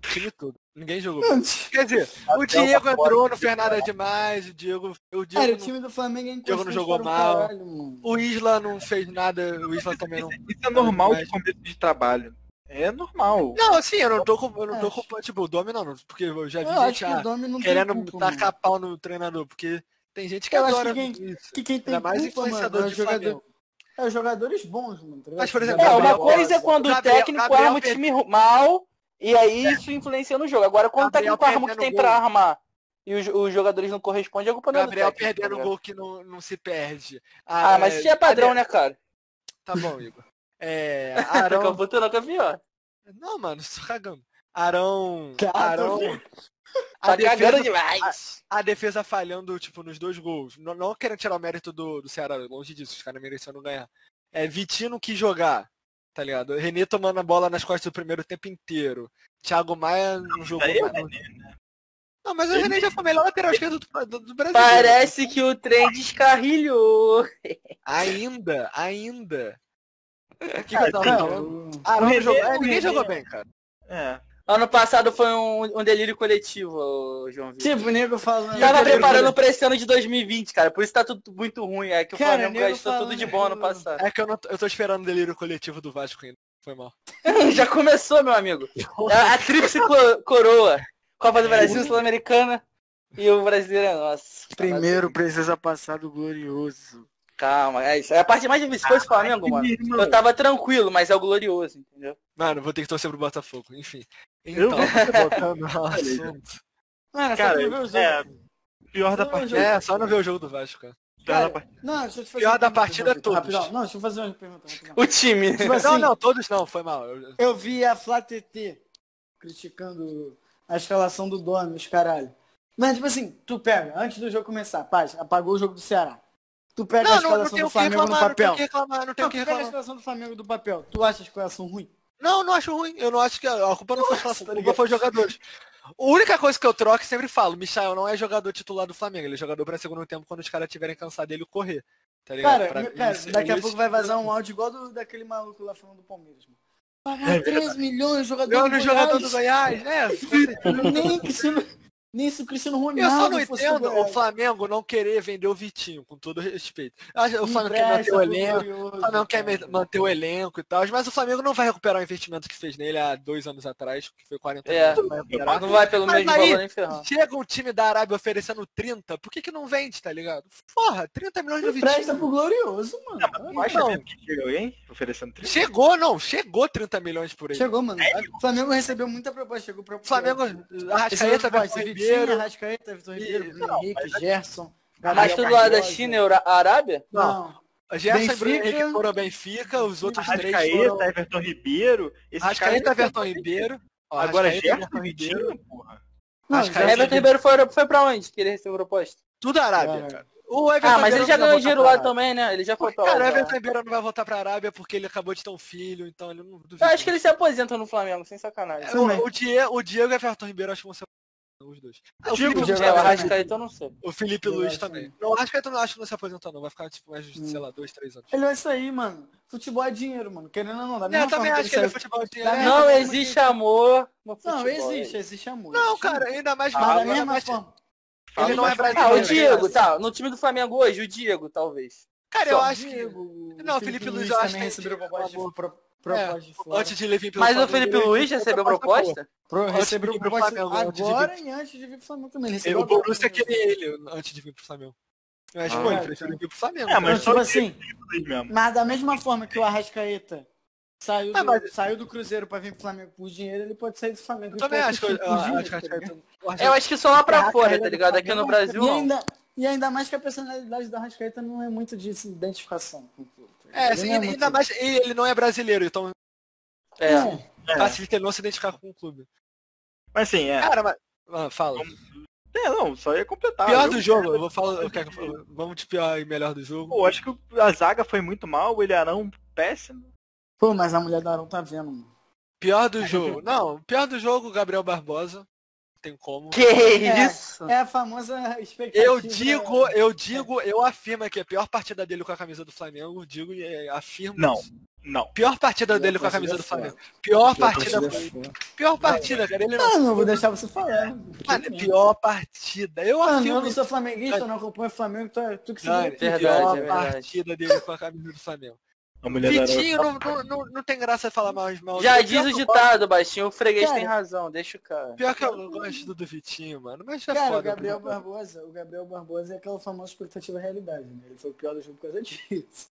B: Time todo. Ninguém jogou. Quer dizer, o Diego
A: Diego
B: entrou, não fez nada demais. O Diego. O, Diego
C: Cara, o
B: não-
C: time do Flamengo é
B: Diego não
C: inconstante
B: jogou
C: para um
B: mal.
C: caralho, mano.
B: o Isla não fez nada. O Isla também não.
A: Isso é normal de começo de trabalho. É normal.
B: Não, assim, eu não tô com. Eu não tô
C: Acho.
B: com. Tipo, o Domi não, porque eu já vi
C: Eu acho
B: gente
C: que o
B: ah,
C: Domi não
B: querendo
C: tem culpa, mano.
B: tacar pau no treinador, porque tem gente que
C: Eu acho
B: adora
C: que
B: isso.
C: Que quem tem
B: Ainda mais
C: culpa, mano,
B: influenciador
C: é
B: de
C: jogador-
B: Flamengo.
C: É, os jogadores bons, mano. tá ligado?
B: Mas, por exemplo,
D: É,
B: Gabriel
D: uma coisa é quando o
B: Gabriel-
D: técnico
B: Gabriel
D: arma o
B: Pedro.
D: time ru- mal e aí isso influencia no jogo. Agora, quando
B: Gabriel
D: o técnico arma o que
B: perdendo
D: tem
B: gol.
D: pra armar e os, os jogadores não correspondem, é culpa não é do
B: Gabriel
D: técnico,
B: perdendo um
D: tá
B: o gol que não, não se perde.
D: ligado? Ah, mas
B: é,
D: isso é padrão, né, cara?
B: Tá bom, Igor. É,
D: Não
B: Arão.
D: Campo não, campeão.
B: Não, mano, só cagando. Arão.
C: Cagando.
B: Arão. A
D: Tá cagando
B: defesa,
D: demais.
B: a defesa falhando, tipo, nos dois gols. Não, não querendo tirar o mérito do, do Ceará, longe disso, os caras mereciam não ganhar. É Vitinho não quis jogar, tá ligado? Renê tomando a bola nas costas do primeiro tempo inteiro. Thiago Maia não jogou
A: aí é
B: mais. Não, Não, mas o Renê já foi o melhor lateral esquerdo do, do, do Brasil.
D: Parece que o trem descarrilhou.
B: Ainda, ainda. O que, que
A: Ah,
B: eu tava
A: não.
B: falando?
C: O-
B: Arão
A: René-
B: jogou.
A: o
B: É, ninguém
A: René-
B: jogou bem, cara.
A: É.
D: Ano passado foi um, um delírio coletivo, ô, João Vitor.
C: Tipo, o nego falando.
D: Tava preparando pra esse ano de 2020, cara. Por isso tá tudo muito ruim. É que o
C: Cara,
D: Flamengo
C: nego
D: gastou tudo
C: falando-
D: de bom ano passado.
B: É que eu, não, eu tô esperando o delírio coletivo do Vasco ainda. Foi mal.
D: Já começou, meu amigo. É A, a tríplice co- coroa. Copa do Brasil, Sul-Americana e o brasileiro é nosso.
F: Primeiro precisa passar do glorioso.
D: Calma, é isso. É a parte mais difícil. Se fosse o Flamengo, mano.
A: Irmão,
D: Eu tava tranquilo, mas é o glorioso, entendeu?
B: Mano, vou ter que torcer pro Botafogo, enfim.
F: Eu
B: Então,
F: vou
B: voltando ao assunto.
A: Cara,
C: Mano, só pra ver o jogo.
A: é, pior da
C: Não,
A: partida.
B: É, só não ver o jogo do Vasco, cara.
A: pior da
C: cara,
A: partida.
C: Não, deixa eu te fazer
B: Pior
C: uma
B: da
C: pergunta,
B: partida é
C: rapidão,
B: todos.
C: rapidão. Não, deixa eu fazer uma pergunta. rapidão.
D: O time.
C: Tipo assim,
B: Não, não, todos não, foi mal. Eu-
C: Eu vi a Flá TT criticando a escalação do Domi, os caralho. Mas, tipo assim, tu pega, antes do jogo começar, paz, apagou o jogo do Ceará. Tu pega a
B: Não, não, não
C: escalação
B: tem
C: do
B: o que
C: Flamengo
B: reclamar,
C: no
B: não tem
C: papel.
B: o que reclamar, não tem
C: Não, tu
B: o que
C: pega a
B: reclamar.
C: escalação do Flamengo do papel. Tu acha a escalação ruim?
B: Não, não acho ruim. Eu não acho que a a culpa não foi a
C: tá
B: escalação, a culpa
C: ligado?
B: foi os jogadores. A única coisa que eu troco, sempre falo, Michael não é jogador titular do Flamengo, ele é jogador pra segundo tempo quando os caras tiverem cansado dele correr. Tá ligado?
C: Cara,
B: Pra
C: meu-
B: mim,
C: cara,
B: isso-
C: daqui a
B: isso- é
C: pouco vai vazar um áudio igual do, daquele maluco lá falando do Palmeiras. Mano. Pagar
B: É
C: 3 milhões de jogador
B: Eu
C: do
B: no jogador do
C: Goiás.
B: Goiás, né?
C: Nem, Cristiano, nem se o Cristiano Ronaldo
B: Eu só não
C: fosse do
B: entendo o
C: Goiás.
B: Flamengo não querer vender o Vitinho, com todo respeito. Ah, O Flamengo quer manter
C: Empresta
B: o
C: pro
B: elenco,
C: Glorioso,
B: o Flamengo quer
C: cara.
B: me- manter o elenco e tal, mas o Flamengo não vai recuperar o investimento que fez nele há dois anos atrás, que foi 40
D: É.
B: milhões, não vai recuperar.
D: Não vai pelo
B: Mas
D: mesmo
B: aí-
D: valor nem ferrando.
B: Chega um time da Arábia oferecendo 30, por que que não vende, tá ligado? Porra, 30 milhões de
C: Presta
B: Vitinho.
C: pro Glorioso, mano.
A: Tu acha
B: Não.
A: mesmo que chega alguém oferecendo trinta?
B: Chegou, não, chegou 30 milhões por aí.
C: Chegou, mano. O Flamengo recebeu muita proposta. Chegou pro
B: O Flamengo,
C: Recebeu
B: Arrascaeta,
C: proposta.
B: Vitor
C: Vitinho,
B: Ribeiro,
C: Arrascaeta, Vitor Ribeiro, Bruno
A: não,
C: Henrique,
B: é-
C: Gerson.
D: Mas
C: Gabriel
D: tudo lá da
C: Barbosa.
D: China, Eura- Arábia?
C: Não.
B: Gerson e Bruno
C: Benfica.
B: Henrique foram ao Benfica, os outros três foram...
A: Arrascaeta, tá Everton Ribeiro. Esses
B: Arrascaeta, é
A: caras-
B: Everton Ribeiro. Ó,
A: Agora
B: Arrascaeta, é
A: Gerson Ribeiro, porra.
C: Não,
B: Acho que
C: Gerson-
B: é-
D: Everton Ribeiro foi, foi pra onde que ele recebeu proposta?
B: Tudo Arábia,
C: Cara.
B: cara. O Everton
D: Ah, mas ele
B: Ribeiro
D: já
B: não vai
D: ganhou
B: voltar
D: dinheiro
B: pra
D: lá
B: Arábia.
D: também, né? Ele já foi pra
B: Cara, o
D: lá.
B: Everton Ribeiro não vai voltar pra Arábia porque ele acabou de ter um filho, então ele não duvido.
D: Eu acho que ele né? se aposenta no Flamengo, sem sacanagem.
B: O, o Die- o Diego e o Everton Ribeiro acho que vão ser os dois. Ah, o, Felipe,
C: o
B: Luiz
C: Diego
D: É,
B: também.
D: o
C: vai-
D: Arrascaeta eu não sei.
B: O Felipe
C: Eu
B: Luiz
C: acho
B: também. Não, acho que eu não acho que não se aposentar não, vai ficar tipo mais,
D: Hum.
B: sei lá, dois, três anos.
C: Ele vai sair, mano. Futebol é dinheiro, mano. Querendo ou não, da
B: É,
C: mesma
B: eu também
C: forma
B: acho que ele é
C: saiu-
B: futebol de
C: Da mesma
D: né? Não
C: forma
D: existe amor no
C: que- Não,
D: futebol.
C: existe, existe amor.
B: é. Não,
C: existe
B: cara,
C: amor.
B: ainda mais
C: Mas da
B: agora
C: mesma
B: vai ser-
C: forma.
B: Ele não é brasileiro.
D: Ah, o
B: né?
D: Diego, tá. No time do Flamengo hoje, o Diego, talvez.
B: Cara, eu acho que.
C: Diego,
B: Não, o Felipe Luiz eu acho
C: também
B: que-
C: recebeu proposta de-
B: Acabou.
C: pro- proposta de fora.
B: Antes de Levin pelo
D: Mas o
B: Flamengo,
D: Felipe
B: ele-
D: Luiz recebeu proposta?
C: Pro,
B: Antes
C: recebeu
B: de ir pro
C: proposta
B: Flamengo, antes de vir-
C: agora e antes de vir pro Flamengo também. Ele
B: É,
C: recebeu
B: O
C: agora.
B: Borussia queria ele antes de vir pro Flamengo. Mas,
A: Ah,
B: pô, ele
C: tá.
B: preferiu vir pro Flamengo.
A: É,
B: cara.
C: Não,
A: mas só
C: tipo
A: o
C: assim,
A: Diego mesmo.
C: mas da mesma forma que o Arrascaeta saiu do,
B: Ah, mas-
C: saiu do Cruzeiro pra vir pro Flamengo por dinheiro, ele pode sair do Flamengo.
B: Eu também
C: por-
B: acho que eu-
C: por
B: eu
C: dinheiro,
B: acho que
C: tá ligado?
B: Arrascaeta- o
D: Eu acho que só lá pra
B: Caraca,
D: fora,
B: ele
D: tá
B: é do
D: ligado? Aqui no
B: Flamengo,
D: Brasil,
C: E
D: não.
C: ainda, e ainda mais que a personalidade do Arrascaeta não é muito de se identificação com o clube. tá ligado?
B: É,
C: Ele
B: sim,
C: não
B: ainda
C: muito-
B: mais assim. e ele não é brasileiro, então
D: É.
C: É.
B: facilita ele não se identificar com o clube.
A: Mas assim, é.
B: Cara, mas. Ah, fala.
A: É, não, só ia completar.
B: Pior
A: Eu-
B: do jogo, eu vou falar. eu quero- vamos de pior e melhor do jogo.
A: Pô, tipo, acho que a zaga foi muito mal, o Ilharão péssimo.
C: Pô, mas a mulher do Arão tá vendo, mano.
B: Pior do jogo. Não, pior do jogo, Gabriel Barbosa. Não Tem como.
D: Que isso?
C: É a famosa expectativa.
B: Eu digo, eu digo, eu afirmo que a pior partida dele com a camisa do Flamengo, digo e eh, afirmo.
A: Não.
B: isso.
A: Não.
B: Pior partida dele com a camisa do Flamengo. Pior partida. é Pior partida, cara. Ele não.
C: Ah, não, vou deixar você falar.
B: Mano, é pior partida. Eu
C: Ah, não, eu
B: afirmo
C: não sou flamenguista, eu não acompanho o Flamengo, tu, é- tu que se
B: Cara,
C: liga.
D: Verdade,
B: pior
D: é verdade.
B: partida dele com a camisa do Flamengo.
A: A mulher do é Arão.
B: Vitinho não, não, não, não tem graça falar mal de mal.
D: Já
B: dele.
D: diz o
B: Pior que eu
D: ditado, baixinho, o freguês
C: Cara.
D: tem razão, deixa o cara.
B: gosto- Pior que eu gosto do Vitinho, mano. Mas é
C: Cara,
B: foda.
C: o Gabriel
B: mano.
C: Barbosa, o Gabriel Barbosa é aquela famosa expectativa realidade, né? Ele foi o pior do jogo por causa disso.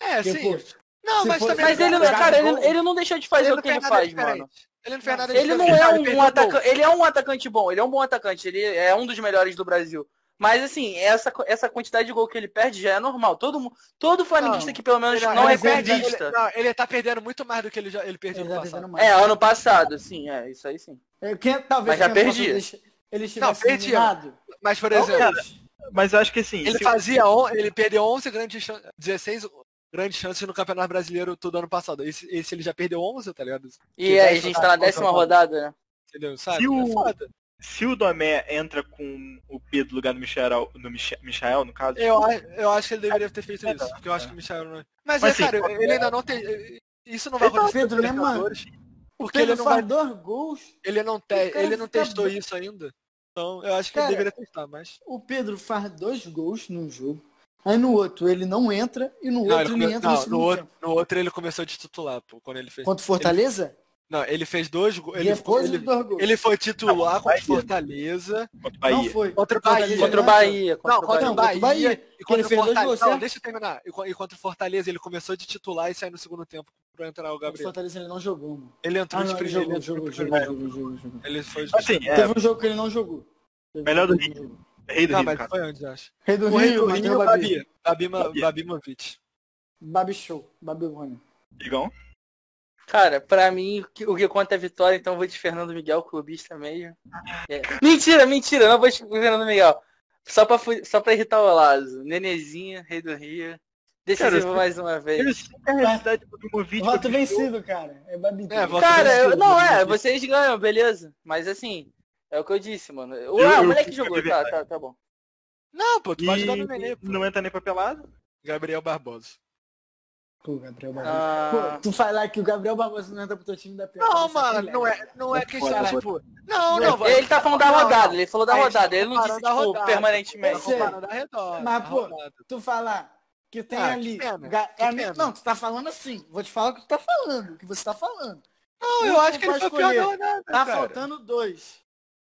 B: É,
C: Porque,
B: sim.
C: pô,
B: Não,
C: se
B: mas
C: for-
B: também.
D: Mas ele, não-
C: Gabigol-
D: cara, ele, ele não deixou de fazer o que ele
B: nada
D: faz,
B: diferente.
D: mano.
B: Ele não fez nada
D: Ele não
B: diferente.
D: é
B: Ele tá
D: um,
B: perdeu o gol.
D: atacante, ele é um atacante bom, ele é um bom atacante, ele é um dos melhores do Brasil. Mas assim, essa, co- essa quantidade de gol que ele perde já é normal. Todo, mu- todo flamenguista
C: Não.
D: que pelo menos não,
B: ele
D: é
B: perde-
D: gordista.
B: ele- não, ele tá perdendo muito mais do que ele, já, ele perdeu
C: Ele
B: no
C: tá
B: passado.
C: perdendo mais.
D: É, ano passado, sim, é, isso aí sim.
C: Eu que- talvez
D: Mas já
C: o campeonato
D: perdi.
C: dele- Ele
B: Não,
C: estivesse
B: perdi,
C: eliminado.
B: Mas, por exemplo,
C: Talvez.
A: Mas eu acho que assim.
B: ele
A: se-
B: fazia on- ele perdeu 11 grandes chances, 16 grandes chances no Campeonato Brasileiro todo ano passado. Esse, esse ele já perdeu 11, tá ligado?
D: E aí, a gente tá na décima rodada, né?
B: Entendeu? Sabe?
A: Se o-
B: É foda.
A: Se o Domé entra com o Pedro no lugar do Michael, no Micha- Michael, no caso.
B: Eu, a- eu acho que ele deveria ter feito isso, porque eu acho que o Michel não... Mas, é,
A: assim,
B: cara, ele ainda não tem... Isso não vai
C: Então,
B: acontecer
C: Pedro,
B: com
C: né, mano?
B: Libertadores, Porque
C: Pedro
B: ele não,
C: faz
B: vai,
C: dois gols.
B: ele não, te-
C: O cara
B: ele não
C: fica
B: testou
C: bem.
B: isso ainda. Então, eu acho que ele
C: Cara,
B: deveria testar, mas...
C: O Pedro faz dois gols num jogo. Aí no outro ele não entra e no
B: Não,
C: outro
B: ele
C: ele,
B: come-
C: entra
B: não,
C: no segundo
B: no, outro,
C: tempo.
B: no outro ele começou de titular, pô, quando ele fez.
C: Contra o Fortaleza?
B: Não, ele fez dois gols. Ele,
C: Depois
B: ele,
C: dos é dois gols.
B: ele foi titular
A: Não,
B: contra o
A: Bahia.
B: Fortaleza.
A: Contra o
C: não
A: Bahia.
C: foi.
B: Contra o Bahia.
C: Fortaleza,
D: Contra o
C: né?
D: Bahia, contra
B: Não,
D: o Bahia.
C: Não,
B: contra o
C: contra
B: Bahia.
C: o Bahia,
B: E
C: que ele
B: contra
C: fez
B: o
C: dois
B: Fortaleza.
C: gols,
B: Não,
C: certo?
B: deixa eu terminar. E, co- e contra o Fortaleza, ele começou de titular e saiu no segundo tempo pra entrar o
C: Contra o
B: Gabriel.
C: Fortaleza ele não jogou, mano.
B: Ele
C: Ah,
B: entrou de
C: não, ele
B: primeiro.
C: jogou,
B: ele entrou
C: jogou,
B: de primeiro.
C: jogou, jogou, jogou, jogou.
B: Ele foi de
A: Assim, é,
C: Teve um jogo que ele não jogou. Teve
A: Melhor
C: um
A: do
C: jogo que ele não jogou.
A: rei do
B: Não,
A: Rio,
B: mas
A: cara.
B: foi onde, acho.
C: Rei do
B: O Rei
C: Rio,
B: do
C: Matheus
B: Rio,
C: Babi.
B: Babi. Babi, Ma-
A: Babi.
B: Babi Manvit.
C: Babi Show, Babilônia.
A: Digão.
D: Cara, pra mim, o que- o que conta é vitória, então eu vou de Fernando Miguel, clubista mesmo. É. Mentira, mentira, eu não vou de Fernando Miguel. Só pra, fu- só pra irritar o Lazo. Nenezinha, rei do Rio. Decisivo
A: Cara,
D: mais uma vez.
A: Eu sei que a realidade do Movit.
C: Voto vencido, cara. É Babi.
B: É, voto
D: Cara, eu-
B: vencido,
D: não
B: né?
D: é, vocês ganham, beleza. Mas assim, é o que eu disse, mano. Ué,
A: eu-
D: o moleque
A: eu-
D: jogou,
A: eu-
D: tá, tá, tá bom.
B: Não, pô, tu pode dar no Nenê.
A: E
B: pô.
A: não entra nem papelado.
B: Gabriel Barbosa.
C: Pô, Gabriel Barbosa.
D: Ah,
C: Pô, tu falar que o Gabriel Barbosa não entra pro teu time da pior.
B: Não, mano, não é, não é questão,
A: Caralho.
B: tipo... Não, não, vai-
D: ele tá falando da
B: Não, não.
D: rodada, ele falou da
B: Aí a gente
D: rodada, ele não
B: comparando
D: disse
B: a
D: tipo,
B: rodada.
D: permanentemente.
B: Tá comparando a redonda.
C: Mas, pô, é
B: a rodada.
C: Tu falar que tem
B: Ah,
C: ali.
B: que pena,
C: ga-
B: que
C: é a me-
B: pena.
C: Não, tu tá falando assim. Vou te falar o que tu tá falando. O que você tá falando.
B: Não, eu
C: Não
B: acho que ele
C: pode
B: foi o pior da
C: escolher.
B: rodada,
C: Tá
B: cara.
C: faltando dois.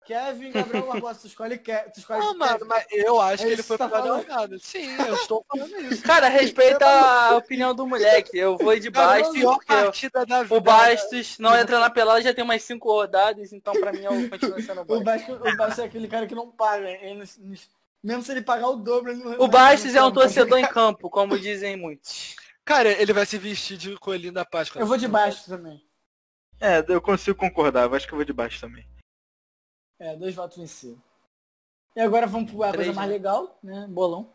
C: Kevin, Gabriel Barbosa, tu escolhe Kevin. Tu escolhe
B: Não,
C: Kevin.
B: mano, mas eu acho
C: É
B: que ele
C: isso
B: foi
C: que
B: o
C: tá
B: pior da
C: falando.
B: rodada. Sim, eu estou falando isso.
D: Cara, respeita a opinião do moleque. Eu vou de
B: Cara, a
D: Bastos,
B: pior
D: porque eu-
B: partida da vida.
D: é o Bastos não entra na pelada já tem umas cinco rodadas, então pra mim é o continua sendo
C: O
D: bom.
C: Bastos, o Bastos é aquele cara que não paga. ele não- não- mesmo se ele pagar o dobro, ele não
D: O Bastos é um torcedor em
C: Eu
D: campo, como dizem muitos.
B: Cara, ele vai se vestir de coelhinho da Páscoa.
C: vou de Bastos também.
A: É, eu consigo concordar. Eu acho que eu vou de baixo também.
C: É, dois votos vencidos. E agora vamos pro a coisa
D: Três,
C: mais
D: né?
C: legal, né? Bolão.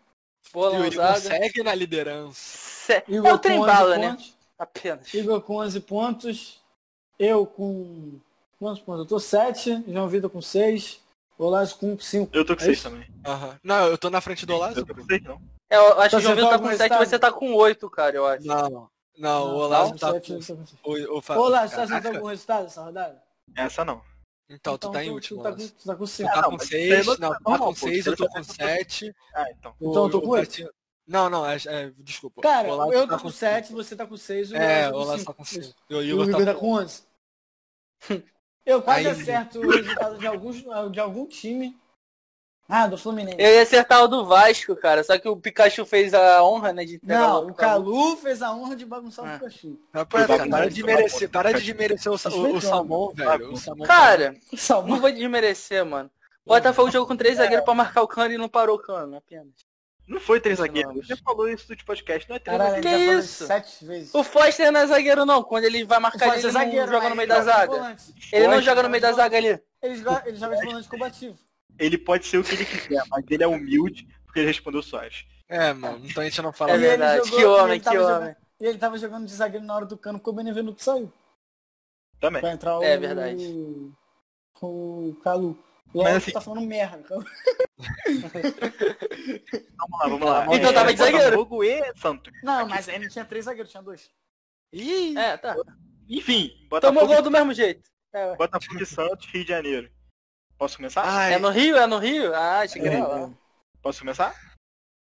B: E o
D: Bola
B: Igor
D: usada.
B: segue na liderança.
D: Se-
C: Igor
D: É o trem
C: com 11
D: bala, né?
C: pontos.
D: Apenas.
C: Igor com 11 pontos. Eu com. Quantos pontos? Eu tô 7. João Vitor com 6. Olás com 5.
A: Eu tô com
C: É
A: vocês
C: isso?
A: também.
B: Aham. Não, eu tô na frente do Olazo.
A: Eu tô com vocês não.
D: É, eu acho que
C: Tá
D: o João Vitor tá
C: acertado
D: com
C: algum
D: 7
C: resultado?
D: você tá com 8, cara, eu acho.
B: Não, não, o Olazo tá... O, o, Fa-
C: Olá, você tá
B: Caraca.
C: acertando algum resultado dessa rodada?
A: Essa não.
B: Então, tu tá em último,
C: Tu tá com-
B: Olazo.
C: tu tá com 5.
B: Tu tá
A: Ah, não,
B: com
A: mas
B: 6,
A: isso aí
B: não,
A: não
B: tu
A: tá bom,
B: tá
A: pô.
B: com 6, eu tô com 7.
A: Ah, então.
C: Então eu tô com 8.
B: Não, não, é, é, desculpa.
C: Cara,
B: O Olazo
C: eu
B: tá
C: tô com 7, você tá com 6
B: É, o Olazo tá com 6. E o
C: E o
B: Igor
C: Igor tá
B: tá com
C: com 11. Eu quase
B: Aí-
C: acerto o resultado de, alguns, de algum time. Ah, do Fluminense.
D: Eu ia acertar o do Vasco, cara, só que o Pikachu fez a honra, né, de entregar
C: Não,
D: pro
C: o Calu fez a honra de bagunçar o
D: Ah.
C: Pikachu.
B: Ah, pô, cara,
A: Exatamente.
B: para de merecer, para
C: é
B: de merecer o, sa- o- o salmão, velho. O tá salmão
D: Cara, não
C: Salmão.
D: vou desmerecer, mano. O Botafogo jogou com três
C: É.
D: zagueiros pra marcar o cano e não parou o cano, apenas.
A: Não foi três
D: é
A: zagueiros. Você falou isso do podcast. Não é três
C: Caralho,
A: zagueiros.
C: ele já
D: Que
C: falou
D: isso?
C: sete vezes.
D: O Foster não é zagueiro não, quando ele vai
C: O
D: marcar
C: Foz
D: ele,
C: é
D: ele não joga
C: mas
D: no meio
C: ele
D: da
C: joga de
D: zaga.
C: volante.
D: Ele não
A: Foster
D: joga no meio da zaga ali.
C: Ele joga, ele joga de volante combativo.
A: Ele pode ser o que ele quiser, mas ele é humilde porque ele respondeu sós.
B: É, mano, então a gente não
D: É
B: fala.
C: E ele
B: nada.
D: verdade,
C: jogou-
D: que
C: e ele
D: homem,
C: tava
D: que
C: jogando-
D: homem.
C: E ele tava jogando de zagueiro na hora do cano, quando o Benevenuto saiu.
A: Também.
C: Pra entrar o...
D: É verdade.
C: O Calu.
A: Mas,
C: Logo,
A: assim-
C: tu tá falando merda. Calu.
A: Vamos lá, vamos lá.
D: Então
A: É,
D: tava de zagueiro.
A: Botafogo e Santos.
C: Não, mas aí não tinha três zagueiros, tinha dois.
B: Ih,
D: É, tá.
A: Enfim,
D: Tomou
A: Botafogo,
D: gol do mesmo jeito. É,
A: Botafogo e Santos, Rio de Janeiro. Posso começar?
B: ai,
D: é no Rio? É no Rio? Ah, cheguei
C: É,
D: lá.
A: Posso começar?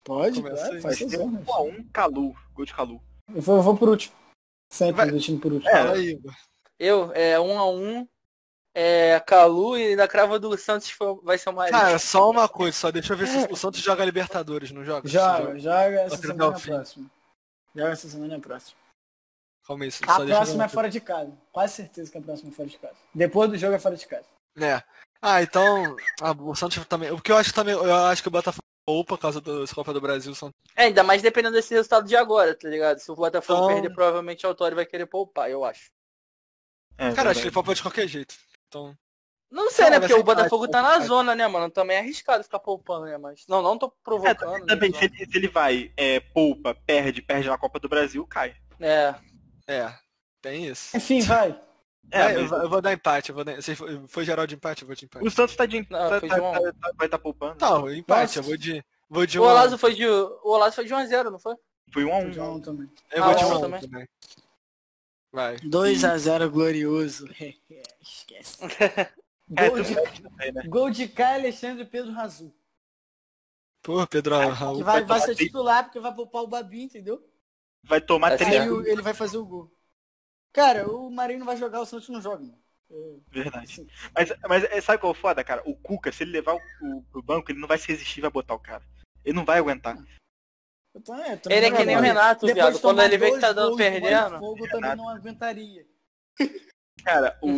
C: Pode,
B: Começa
C: claro,
B: aí.
C: faz suas honras.
A: 1x1, Calu. Gol de Calu.
C: Eu vou, eu vou por último. Sempre
B: Vai.
C: do time por último.
A: É,
B: fala aí, Igor.
D: Eu, é um a um. É, Calu e da crava do Santos foi- vai ser o mais.
B: Cara, só uma coisa, só deixa eu ver se o Santos joga Libertadores, não joga?
C: Joga, joga essa
B: Outro
C: semana é
B: Delfim.
C: próxima. Joga essa semana é próxima.
B: Calma aí, só
C: A
B: deixa eu
C: próxima é
B: ver.
C: fora de casa. Quase certeza que a próxima é fora de casa. Depois do jogo é fora de casa.
B: É. Ah, então. ah, o Santos também. O que eu acho também. Eu acho que o Botafogo ou por causa da Copa do Brasil. o Santos-
D: É, ainda mais dependendo desse resultado de agora, tá ligado? Se o Botafogo
B: Então-
D: perder, provavelmente o Autório vai querer poupar, eu acho.
A: É,
B: Cara,
A: verdade.
B: acho que ele pode de qualquer jeito. Então.
D: Não sei,
B: Não,
D: né?
B: vai
D: Porque
B: ser
D: o Botafogo
B: fácil,
D: tá na
B: fácil.
D: zona, né, mano? Também é arriscado ficar poupando, né? Mas. Não, não tô
A: É,
D: provocando.
A: também,
D: né,
A: também, se
D: então.
A: ele, se ele vai, é, poupa, perde, perde na Copa do Brasil, cai.
D: É.
B: É. Tem isso.
C: Enfim, vai.
A: É,
B: Vai, eu,
A: mas
B: vou- eu vou dar empate. Eu vou dar, se foi, foi geral de empate, eu vou de empate.
A: o Santos tá de,
D: Não,
A: tá-
D: foi
A: tá-
D: de um a um.
A: tá- tá- vai estar poupando.
B: Não, empate,
C: Nossa.
B: eu vou de. Vou de
D: O
B: um. a um.
D: Olazo foi de. O Olazo foi de 1x0, não foi?
A: Foi um a
B: Hum.
A: um.
C: João também.
B: Eu vou
D: Ah,
B: de
D: um
B: um a um
D: também.
B: também. Vai.
C: 2x0 glorioso. Esquece.
A: É,
C: gol, de,
A: aí, né?
C: gol de Caio Alexandre e Pedro Razul.
B: Pô, Pedro
D: É,
B: Raul.
C: Que vai,
A: vai
C: vai
A: tomar
C: ser
A: três.
C: titular porque vai poupar o Babi, entendeu?
A: Vai tomar
D: Tá
A: três
D: certo.
C: Aí
A: gols,
C: o- ele vai fazer o gol. Cara, o Marinho não vai jogar, o Santos não joga. Mano. É,
A: verdade.
C: assim,
A: Mas, mas é, sabe qual é o foda, cara? O Cuca, se ele levar o, o, pro banco, ele não vai se resistir, vai botar o cara. Ele não vai aguentar.
C: eu tô- é, também
D: Ele é
C: não
D: que nem o
C: aguento.
D: Renato,
C: Depois
D: viado.
C: de
D: Quando
C: tomar
D: ele vê que
C: dois
D: tá dando
C: gols do
D: perdendo.
C: Botafogo, eu também não aguentaria.
A: Cara, o,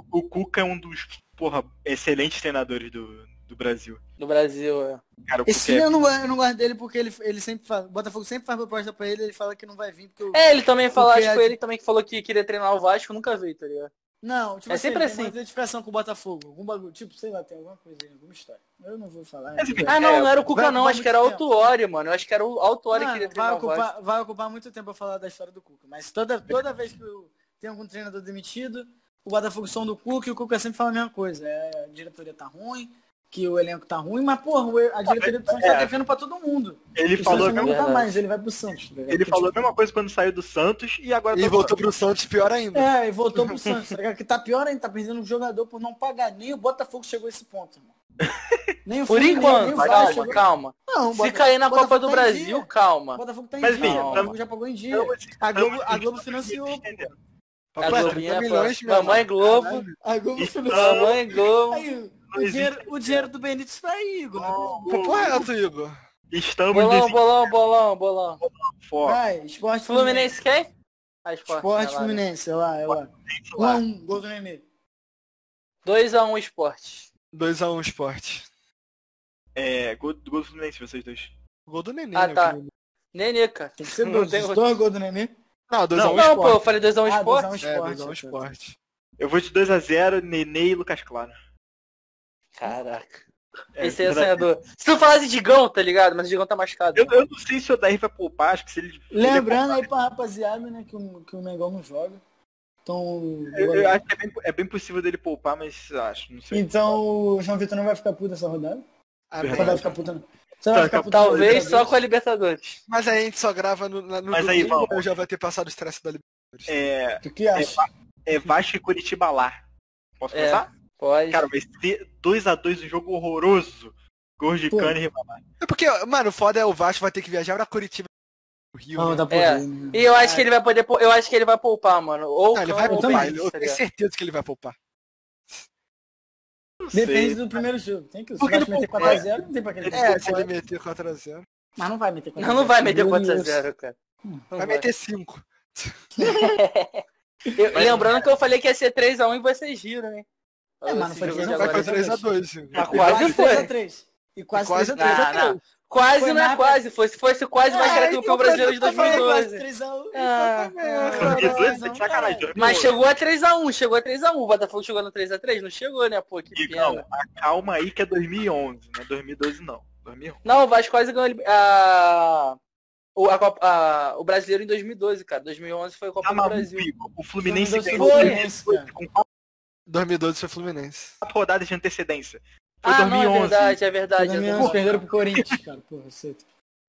A: o, o Cuca é um dos, porra, excelentes treinadores do, do Brasil.
D: No Brasil, é.
A: Cara, o Cuca
C: Esse
A: é
C: filho eu não, eu não guardo ele porque ele, ele sempre fala. O Botafogo sempre faz proposta pra ele, ele fala que não vai vir. Porque o-
D: É, ele também falou,
C: Porque
D: acho que
C: a-
D: foi ele também que falou que queria treinar o Vasco, nunca veio, tá ligado?
C: Não, tipo
D: É
C: assim,
D: sempre
C: tem
D: assim.
C: uma identificação com o Botafogo. Algum bagulho, tipo, sei lá, tem alguma coisa aí, alguma história. Eu não vou falar.
A: Mas, enfim,
D: Ah, não, não era o Cuca
C: vai
D: não,
C: ocupar
D: acho que era o
C: muito tempo.
D: Autuori, mano. Eu acho que era o Autuori que
C: Mano,
D: queria
C: vai,
D: treinar o Vasco.
C: ocupar, vai ocupar muito tempo pra falar da história do Cuca. Mas toda, toda vez que eu- tem algum treinador demitido, o Botafogo som do Cuca e o Cuca sempre fala a mesma coisa. É, a diretoria tá ruim, que o elenco tá ruim, mas porra, o- a diretoria do Santos
A: é.
C: tá devendo pra todo mundo.
A: Ele
C: O
A: falou, a
C: Santos não
A: mesma-
C: tá
D: Verdade.
C: mais, ele vai pro Santos. tá ligado?
A: ele
C: Porque,
A: falou a
C: tipo,
A: mesma coisa quando saiu do Santos e agora tá
B: E
A: no
B: voltou
A: Santos.
B: pro Santos pior ainda.
C: É, e voltou pro Santos, tá ligado? Que tá pior ainda, tá perdendo um jogador por não pagar. Nem o Botafogo chegou a esse ponto, irmão. Nem o
D: Por
C: Fluminense, nem
D: enquanto,
C: o Vasco
D: calma,
C: chegou.
D: calma.
C: Não, o
D: Se
C: Bota-
D: cair na
C: o Botafogo
D: Copa do
C: tá em
D: Brasil,
C: dia. O
D: calma.
C: Botafogo tá em
A: Mas,
C: dia.
A: Vinha,
C: o Botafogo já pagou em dia.
A: Então, assim,
C: A Globo, a
A: então,
C: Globo
A: assim,
C: financiou.
A: entendeu?
D: A
B: Pô,
D: Globinha
B: 30
D: é
B: milhões,
D: pra-
B: meu
D: Mamãe Globo,
C: A Globo financiou.
D: mamãe Globo.
C: Aí,
A: Não
C: o,
A: existe.
C: dinheiro, o dinheiro do Benítez tá aí, Igor.
B: Pô, pô, é tu, Igor.
A: Estamos
D: Bolão,
A: desse
D: bolão, bolão, bolão.
A: fora.
C: Vai, esporte Fluminense.
D: Fluminense quem? Ah, esporte.
C: Esporte Fluminense, sei lá, sei lá.
A: sei lá.
C: 1x1, gol do Nenê.
D: 2x1 esporte.
B: 2x1 esporte.
A: É, gol, gol do Fluminense, vocês dois.
B: Gol do Nenê.
D: Ah,
B: né,
D: tá.
B: que-
D: Nenê, cara.
C: Tem que ser
D: Não
C: dois.
D: tem
C: Os
D: outro.
C: dois gols do Nenê.
B: Não, 2x1
D: Não,
B: esporte.
D: pô, eu falei 2x1
C: Ah,
D: É esporte.
C: 2x1
B: É, 2x1
C: esporte.
B: esporte.
A: Eu vou de 2x0, Nenê e Lucas Claro.
D: Caraca.
A: É,
D: Esse aí é
A: verdade.
D: sonhador. Se tu falasse Digão, tá ligado? Mas o Digão tá machucado.
A: eu, eu não sei se o Odair vai poupar, acho que se ele. se ele
C: Lembrando aí pra rapaziada, né, que o, que o Mengão não joga. Então,
A: poupar- eu, eu acho que é bem, é bem possível dele poupar, mas ah, acho, não sei.
C: então o João Vitor não vai ficar puto essa rodada.
B: Amém.
C: Só vai ficar puto, não. Só vai ficar puto
D: Talvez
C: na
D: só com a
C: Libertadores.
D: Libertadores.
B: Mas aí a gente só grava no, na- no
A: Mas aí,
B: domingo, né,
A: vamos.
B: já vai ter passado o estresse da Libertadores.
A: É,
C: Tu que acha?
A: é Vasco e Curitiba lá. Posso
D: É.
A: começar?
D: Pode.
A: Cara, vai ser 2x2 um jogo horroroso. Gol de
C: Pô.
A: cano e Ribamar.
B: É porque, mano, o foda é o Vasco vai ter que viajar pra Curitiba. O Rio.
C: Não,
B: né?
C: dá
D: É.
C: aí, né?
D: E eu acho que ele vai poder. pou- Eu acho que ele vai poupar, mano. Ou
C: Ah,
B: Não, ele
D: Cano
B: vai
D: ou
C: eu
B: poupar.
D: Benítez,
B: ele- Eu
D: tá
B: tenho
D: ligado?
B: certeza que ele vai poupar.
A: Não sei.
C: Depende do primeiro jogo. Tem que o
A: Porque
C: Vasco meter 4x0, não tem pra que ele
B: É, se ele meter 4x0.
C: Mas não vai meter 4x0.
D: Não, não vai meter 4x0, cara. Não
B: Vai
D: vai.
B: meter 5.
D: Eu- lembrando que eu falei que ia ser 3x1 e vocês giram, hein?
C: É, mas não
D: Esse
C: foi
D: jogo
C: três
D: de
C: a
B: Vai
D: agora.
B: pra
C: dois.
B: 3x2.
D: Tá quase
C: Quase
D: foi.
C: 3x3. E quase
B: Quase
C: 3x3.
D: Não, não. Quase
C: Foi
D: não é
C: nada.
D: quase. Foi, se fosse quase, vai
B: É,
D: ser campeão
B: então,
D: brasileiro de
B: eu tô falando
D: 2012.
C: 3x1.
D: Ah,
A: Porque dois, tá de sacanagem, dois
D: Mas
A: gols.
D: chegou a 3x1, chegou a 3x1. O Botafogo chegou no 3x3? Não chegou, né, pô? Que
A: Igão,
D: pena.
A: acalma aí que é 2011, não é 2012 não. 2011.
D: Não, o Vasco quase ganhou a, o, a Copa- a- o Brasileiro em 2012, cara. 2011 Ah, foi a Copa
A: Tá
D: do
A: maluco,
D: Brasil.
A: Igor? O Fluminense ganhou
D: Foi.
A: com quatro
B: 2012 foi Fluminense.
A: rodadas de antecedência. Foi
D: Ah, não, é
A: 2011.
D: verdade, é verdade. é
C: Eles
D: verdade.
C: perderam pro Corinthians, cara. Porra, você...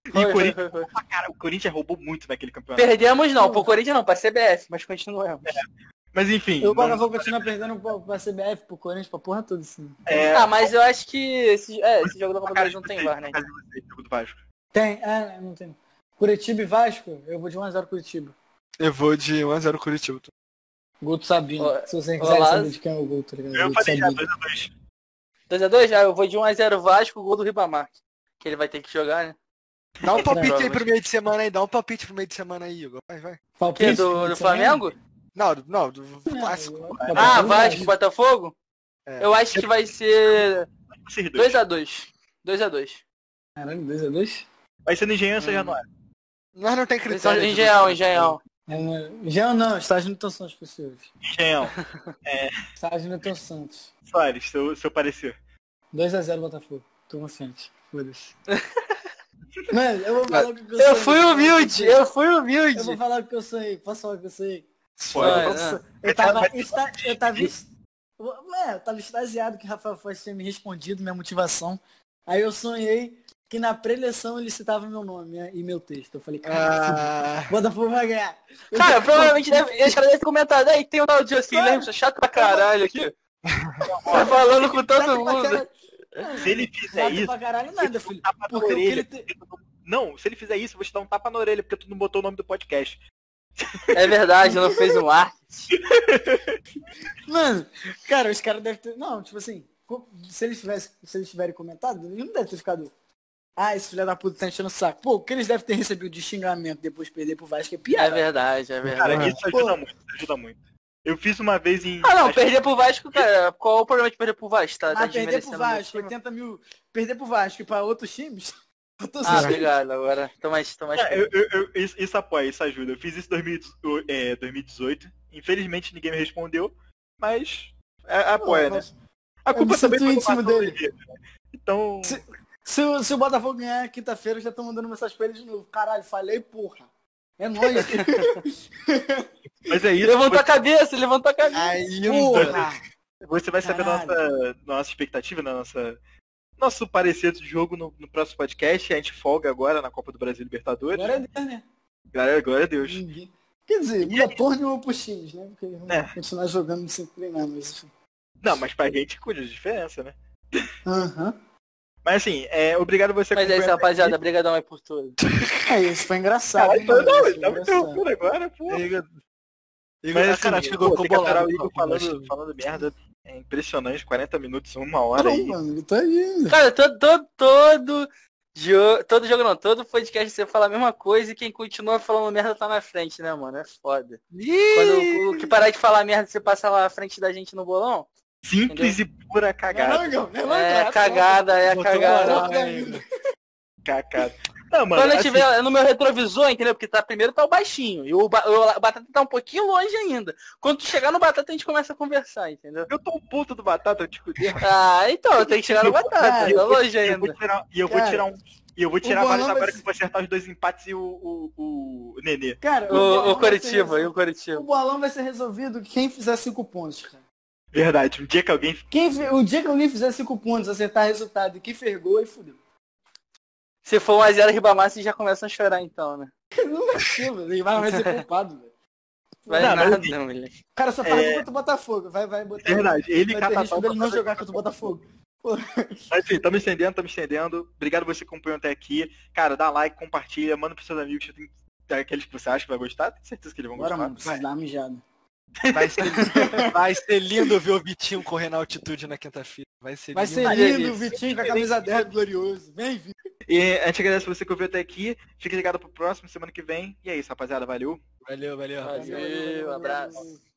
A: E o
D: Foi, foi,
A: Corinthians,
D: foi, foi.
A: cara, o Corinthians roubou muito naquele campeonato.
D: Perdemos não, pro Corinthians não, pra CBF, mas continuamos.
A: Mas enfim,
C: Eu
A: não-
C: vou continuar perdendo pra, pra CBF, pro Corinthians, pra porra toda, assim.
A: é,
D: Ah, mas eu acho que esse, é, esse jogo da Copa do
A: cara,
D: Brasil não tem
A: vocês,
D: VAR, né?
A: cara, vocês, jogo do Vasco.
C: Tem, é, não tem. Curitiba e Vasco, eu vou de 1x0 Curitiba.
B: Eu vou de 1x0 Curitiba.
C: Gol do Sabino.
D: Ó,
C: Se você
D: ó,
C: quiser
D: Lázaro.
C: saber de quem é o gol, tá ligado?
A: Eu
C: Gol do
A: falei ah, já
C: Sabino.
A: 2x2.
D: 2x2? Ah, eu vou de 1x0 Vasco, gol do Ribamar. Que ele vai ter que jogar, né?
B: Dá um palpite aí
D: Provavelmente.
B: pro meio de semana aí, dá um palpite pro meio de semana aí, Igor. Vai, vai.
D: Que
C: Palpite?
D: do, do Flamengo?
C: É,
B: Não, do- não, do clássico.
C: Não,
D: Ah,
C: Botafogo,
D: Vasco, Botafogo?
B: É.
D: Eu acho que vai ser
A: Esses dois.
D: 2x2. 2x2.
C: Caralho, 2x2?
A: Vai ser no engenho ou
D: Hum.
A: já não é?
B: Nós não tem critério. de-
D: Engenhão, engenhão.
C: Já É, não, estágio Newton Santos, pessoas.
A: Engenhão.
C: Estágio Newton Santos.
A: Soares, seu, seu parecer.
C: 2x0 Botafogo. Tô confiante. Foda-se. Mano, eu vou falar o que eu sonhei.
D: Eu fui humilde, eu fui
C: Eu vou
D: humilde.
C: falar o que eu sonhei. Posso falar o que eu sonhei?
D: Vai,
C: Nossa,
D: né?
C: eu tava, esta, eu tava, es- Ué, eu tava extasiado que o Rafael Foz tinha me respondido minha motivação. Aí eu sonhei que na preleção ele citava meu nome né, e meu texto. Eu falei, cara,
B: Ah,
C: Botafogo vai ganhar. Eu-
D: Cara, provavelmente deve, eles caras devem ter comentado, aí tem o tal de assim, lembra? Isso é chato pra caralho aqui. Tá falando com todo
C: Chato pra
D: mundo. É
C: caralho.
A: Se ele fizer
C: Chato
A: isso,
C: pra caralho nada, filho.
A: tapa na
C: Porque o que
A: orelha.
C: ele te-
A: Não, se ele fizer isso, eu vou te dar um tapa na orelha, porque tu não botou o nome do podcast.
D: É verdade, não fez um ar.
C: Mano, cara, os caras devem ter. Não, tipo assim, co- se eles, tivessem, se eles tiverem comentado, eles não devem ter ficado. Ah, esse filho da puta tá enchendo o saco. Pô, o que eles devem ter recebido de xingamento depois de perder pro Vasco é
D: É
C: piada.
D: verdade, é
A: Cara,
D: verdade.
A: isso ajuda muito, isso ajuda muito. Eu fiz uma vez em.
D: Ah não,
A: acho-
D: perder pro Vasco, cara, qual o problema de perder pro Vasco? Tá, tá
C: ah, perder pro
D: desmerecendo o meu
C: Vasco,
D: time?
C: 80 mil. Perder pro Vasco e pra outros times? Outros
D: Ah,
C: times.
D: obrigado, agora. Tô mais, tô mais...
A: Ah, eu- eu- eu- isso, isso apoia, isso ajuda. Eu fiz isso em 2018, é, 2018. Infelizmente ninguém me respondeu, mas é, apoia,
C: Pô,
A: né? A culpa
C: me
A: também
C: sinto
A: foi do
C: íntimo
A: Matheus
C: dele.
A: Oliveira, né? Então,
C: Se- Se, o- se o Botafogo ganhar quinta-feira, eu já tô mandando mensagem pra ele de novo. Caralho, falei, porra. É nóis.
A: mas é isso.
D: Levantou a cabeça, levantou a cabeça.
C: Aí,
D: um
C: porra.
A: Você vai saber da nossa, da nossa expectativa, da nossa, nosso parecer do jogo no, no próximo podcast. A gente folga agora na Copa do Brasil Libertadores.
C: Agora é Deus, né?
A: Galera, glória a Deus.
C: Ninguém- Quer dizer, não é porra nenhuma pros times, né? Porque vamos
A: É.
C: continuar jogando sem treinar, mas enfim.
A: Não, mas pra gente cuida de diferença, né?
C: Aham.
A: Mas assim, é, obrigado você
D: Mas é isso,
A: acompanhar-
D: rapaziada. Obrigadão aí por tudo.
C: É isso, foi engraçado.
A: Caralho,
C: hein,
A: não,
C: mano?
A: não,
C: Foi
A: ele tá me
C: é engraçado.
A: interrompendo agora, pô.
B: Igor, Igor,
A: Mas
B: ah,
A: assim,
B: cara, acho que
A: pô,
B: ficou
A: tem que
B: bolado.
A: parar o Igor falando, falando merda. É impressionante, 40 minutos, uma hora
C: Não,
A: aí.
C: mano, ele tá aí.
D: Cara, todo, todo, todo jogo, todo jogo não, todo podcast você fala a mesma coisa e quem continua falando merda tá na frente, né, mano? É foda. Quando o- o que parar de falar merda você passa lá à frente da gente no bolão,
A: Simples e pura cagada.
C: Não, não, não, não,
D: é
C: não,
D: cagada,
A: né?
D: é
B: Botou
D: cagada.
B: moral.
C: não, não, não.
A: Cacada. Não, mano,
D: Quando eu
A: assim,
D: tiver no meu retrovisor, entendeu? Porque tá primeiro tá o baixinho. E o, ba- o Batata tá um pouquinho longe ainda. Quando tu chegar no Batata, a gente começa a conversar, entendeu?
A: eu tô um puto do Batata, eu te fudei.
D: Ah, então, tem que chegar no Batata,
A: Cara,
D: tá longe
A: Eu vou
D: ainda.
A: tirar, e eu vou
C: Cara,
A: tirar um. E eu vou tirar
C: o
A: vários
C: bolão
A: agora
C: vai
A: que vou acertar os dois empates e o, o, o Nenê.
C: Cara,
D: O,
C: bolão
D: o
C: vai
D: Coritiba,
C: ser
D: e o Coritiba.
C: resol- O bolão vai ser resolvido quem fizer cinco pontos, cara.
A: Verdade, um dia que alguém.
C: Quem, fi- o dia que alguém fizer cinco pontos, acertar resultado e quem fez gol, aí fudeu.
D: Se for 1x0 Ribamar, vocês já começam a chorar então, né?
C: Não vai ser, velho. Ele vai vai ser culpado, velho.
D: Vai É.
A: Não, mas
D: nada,
A: assim,
D: moleque.
C: O cara só faz gol contra o Botafogo. Vai, vai botar.
A: É Verdade, ele e
C: Vai ter
A: Catatau.
C: risco dele não
A: Mas
C: jogar contra o Botafogo.
A: Assim, tamo estendendo, tamo estendendo. Obrigado você que acompanhou até aqui. Cara, dá like, compartilha, manda pros seus amigos. que tem- tem Aqueles que você acha que vai gostar, tenho certeza que eles vão
C: Bora,
A: gostar.
C: mano, precisa dar uma mijada.
B: Vai ser, vai ser lindo ver o Vitinho correndo na altitude na quinta-feira. Vai ser
C: Vai
B: lindo.
C: ser
D: Maria
C: lindo o
D: Alice.
C: Vitinho com a camisa 10 glorioso. Vem, Vitinho.
A: E a gente agradece você que ouviu até aqui. Fique ligado pro próximo, semana que vem. E é isso, rapaziada. Valeu.
B: Valeu, valeu.
D: Valeu, um abraço.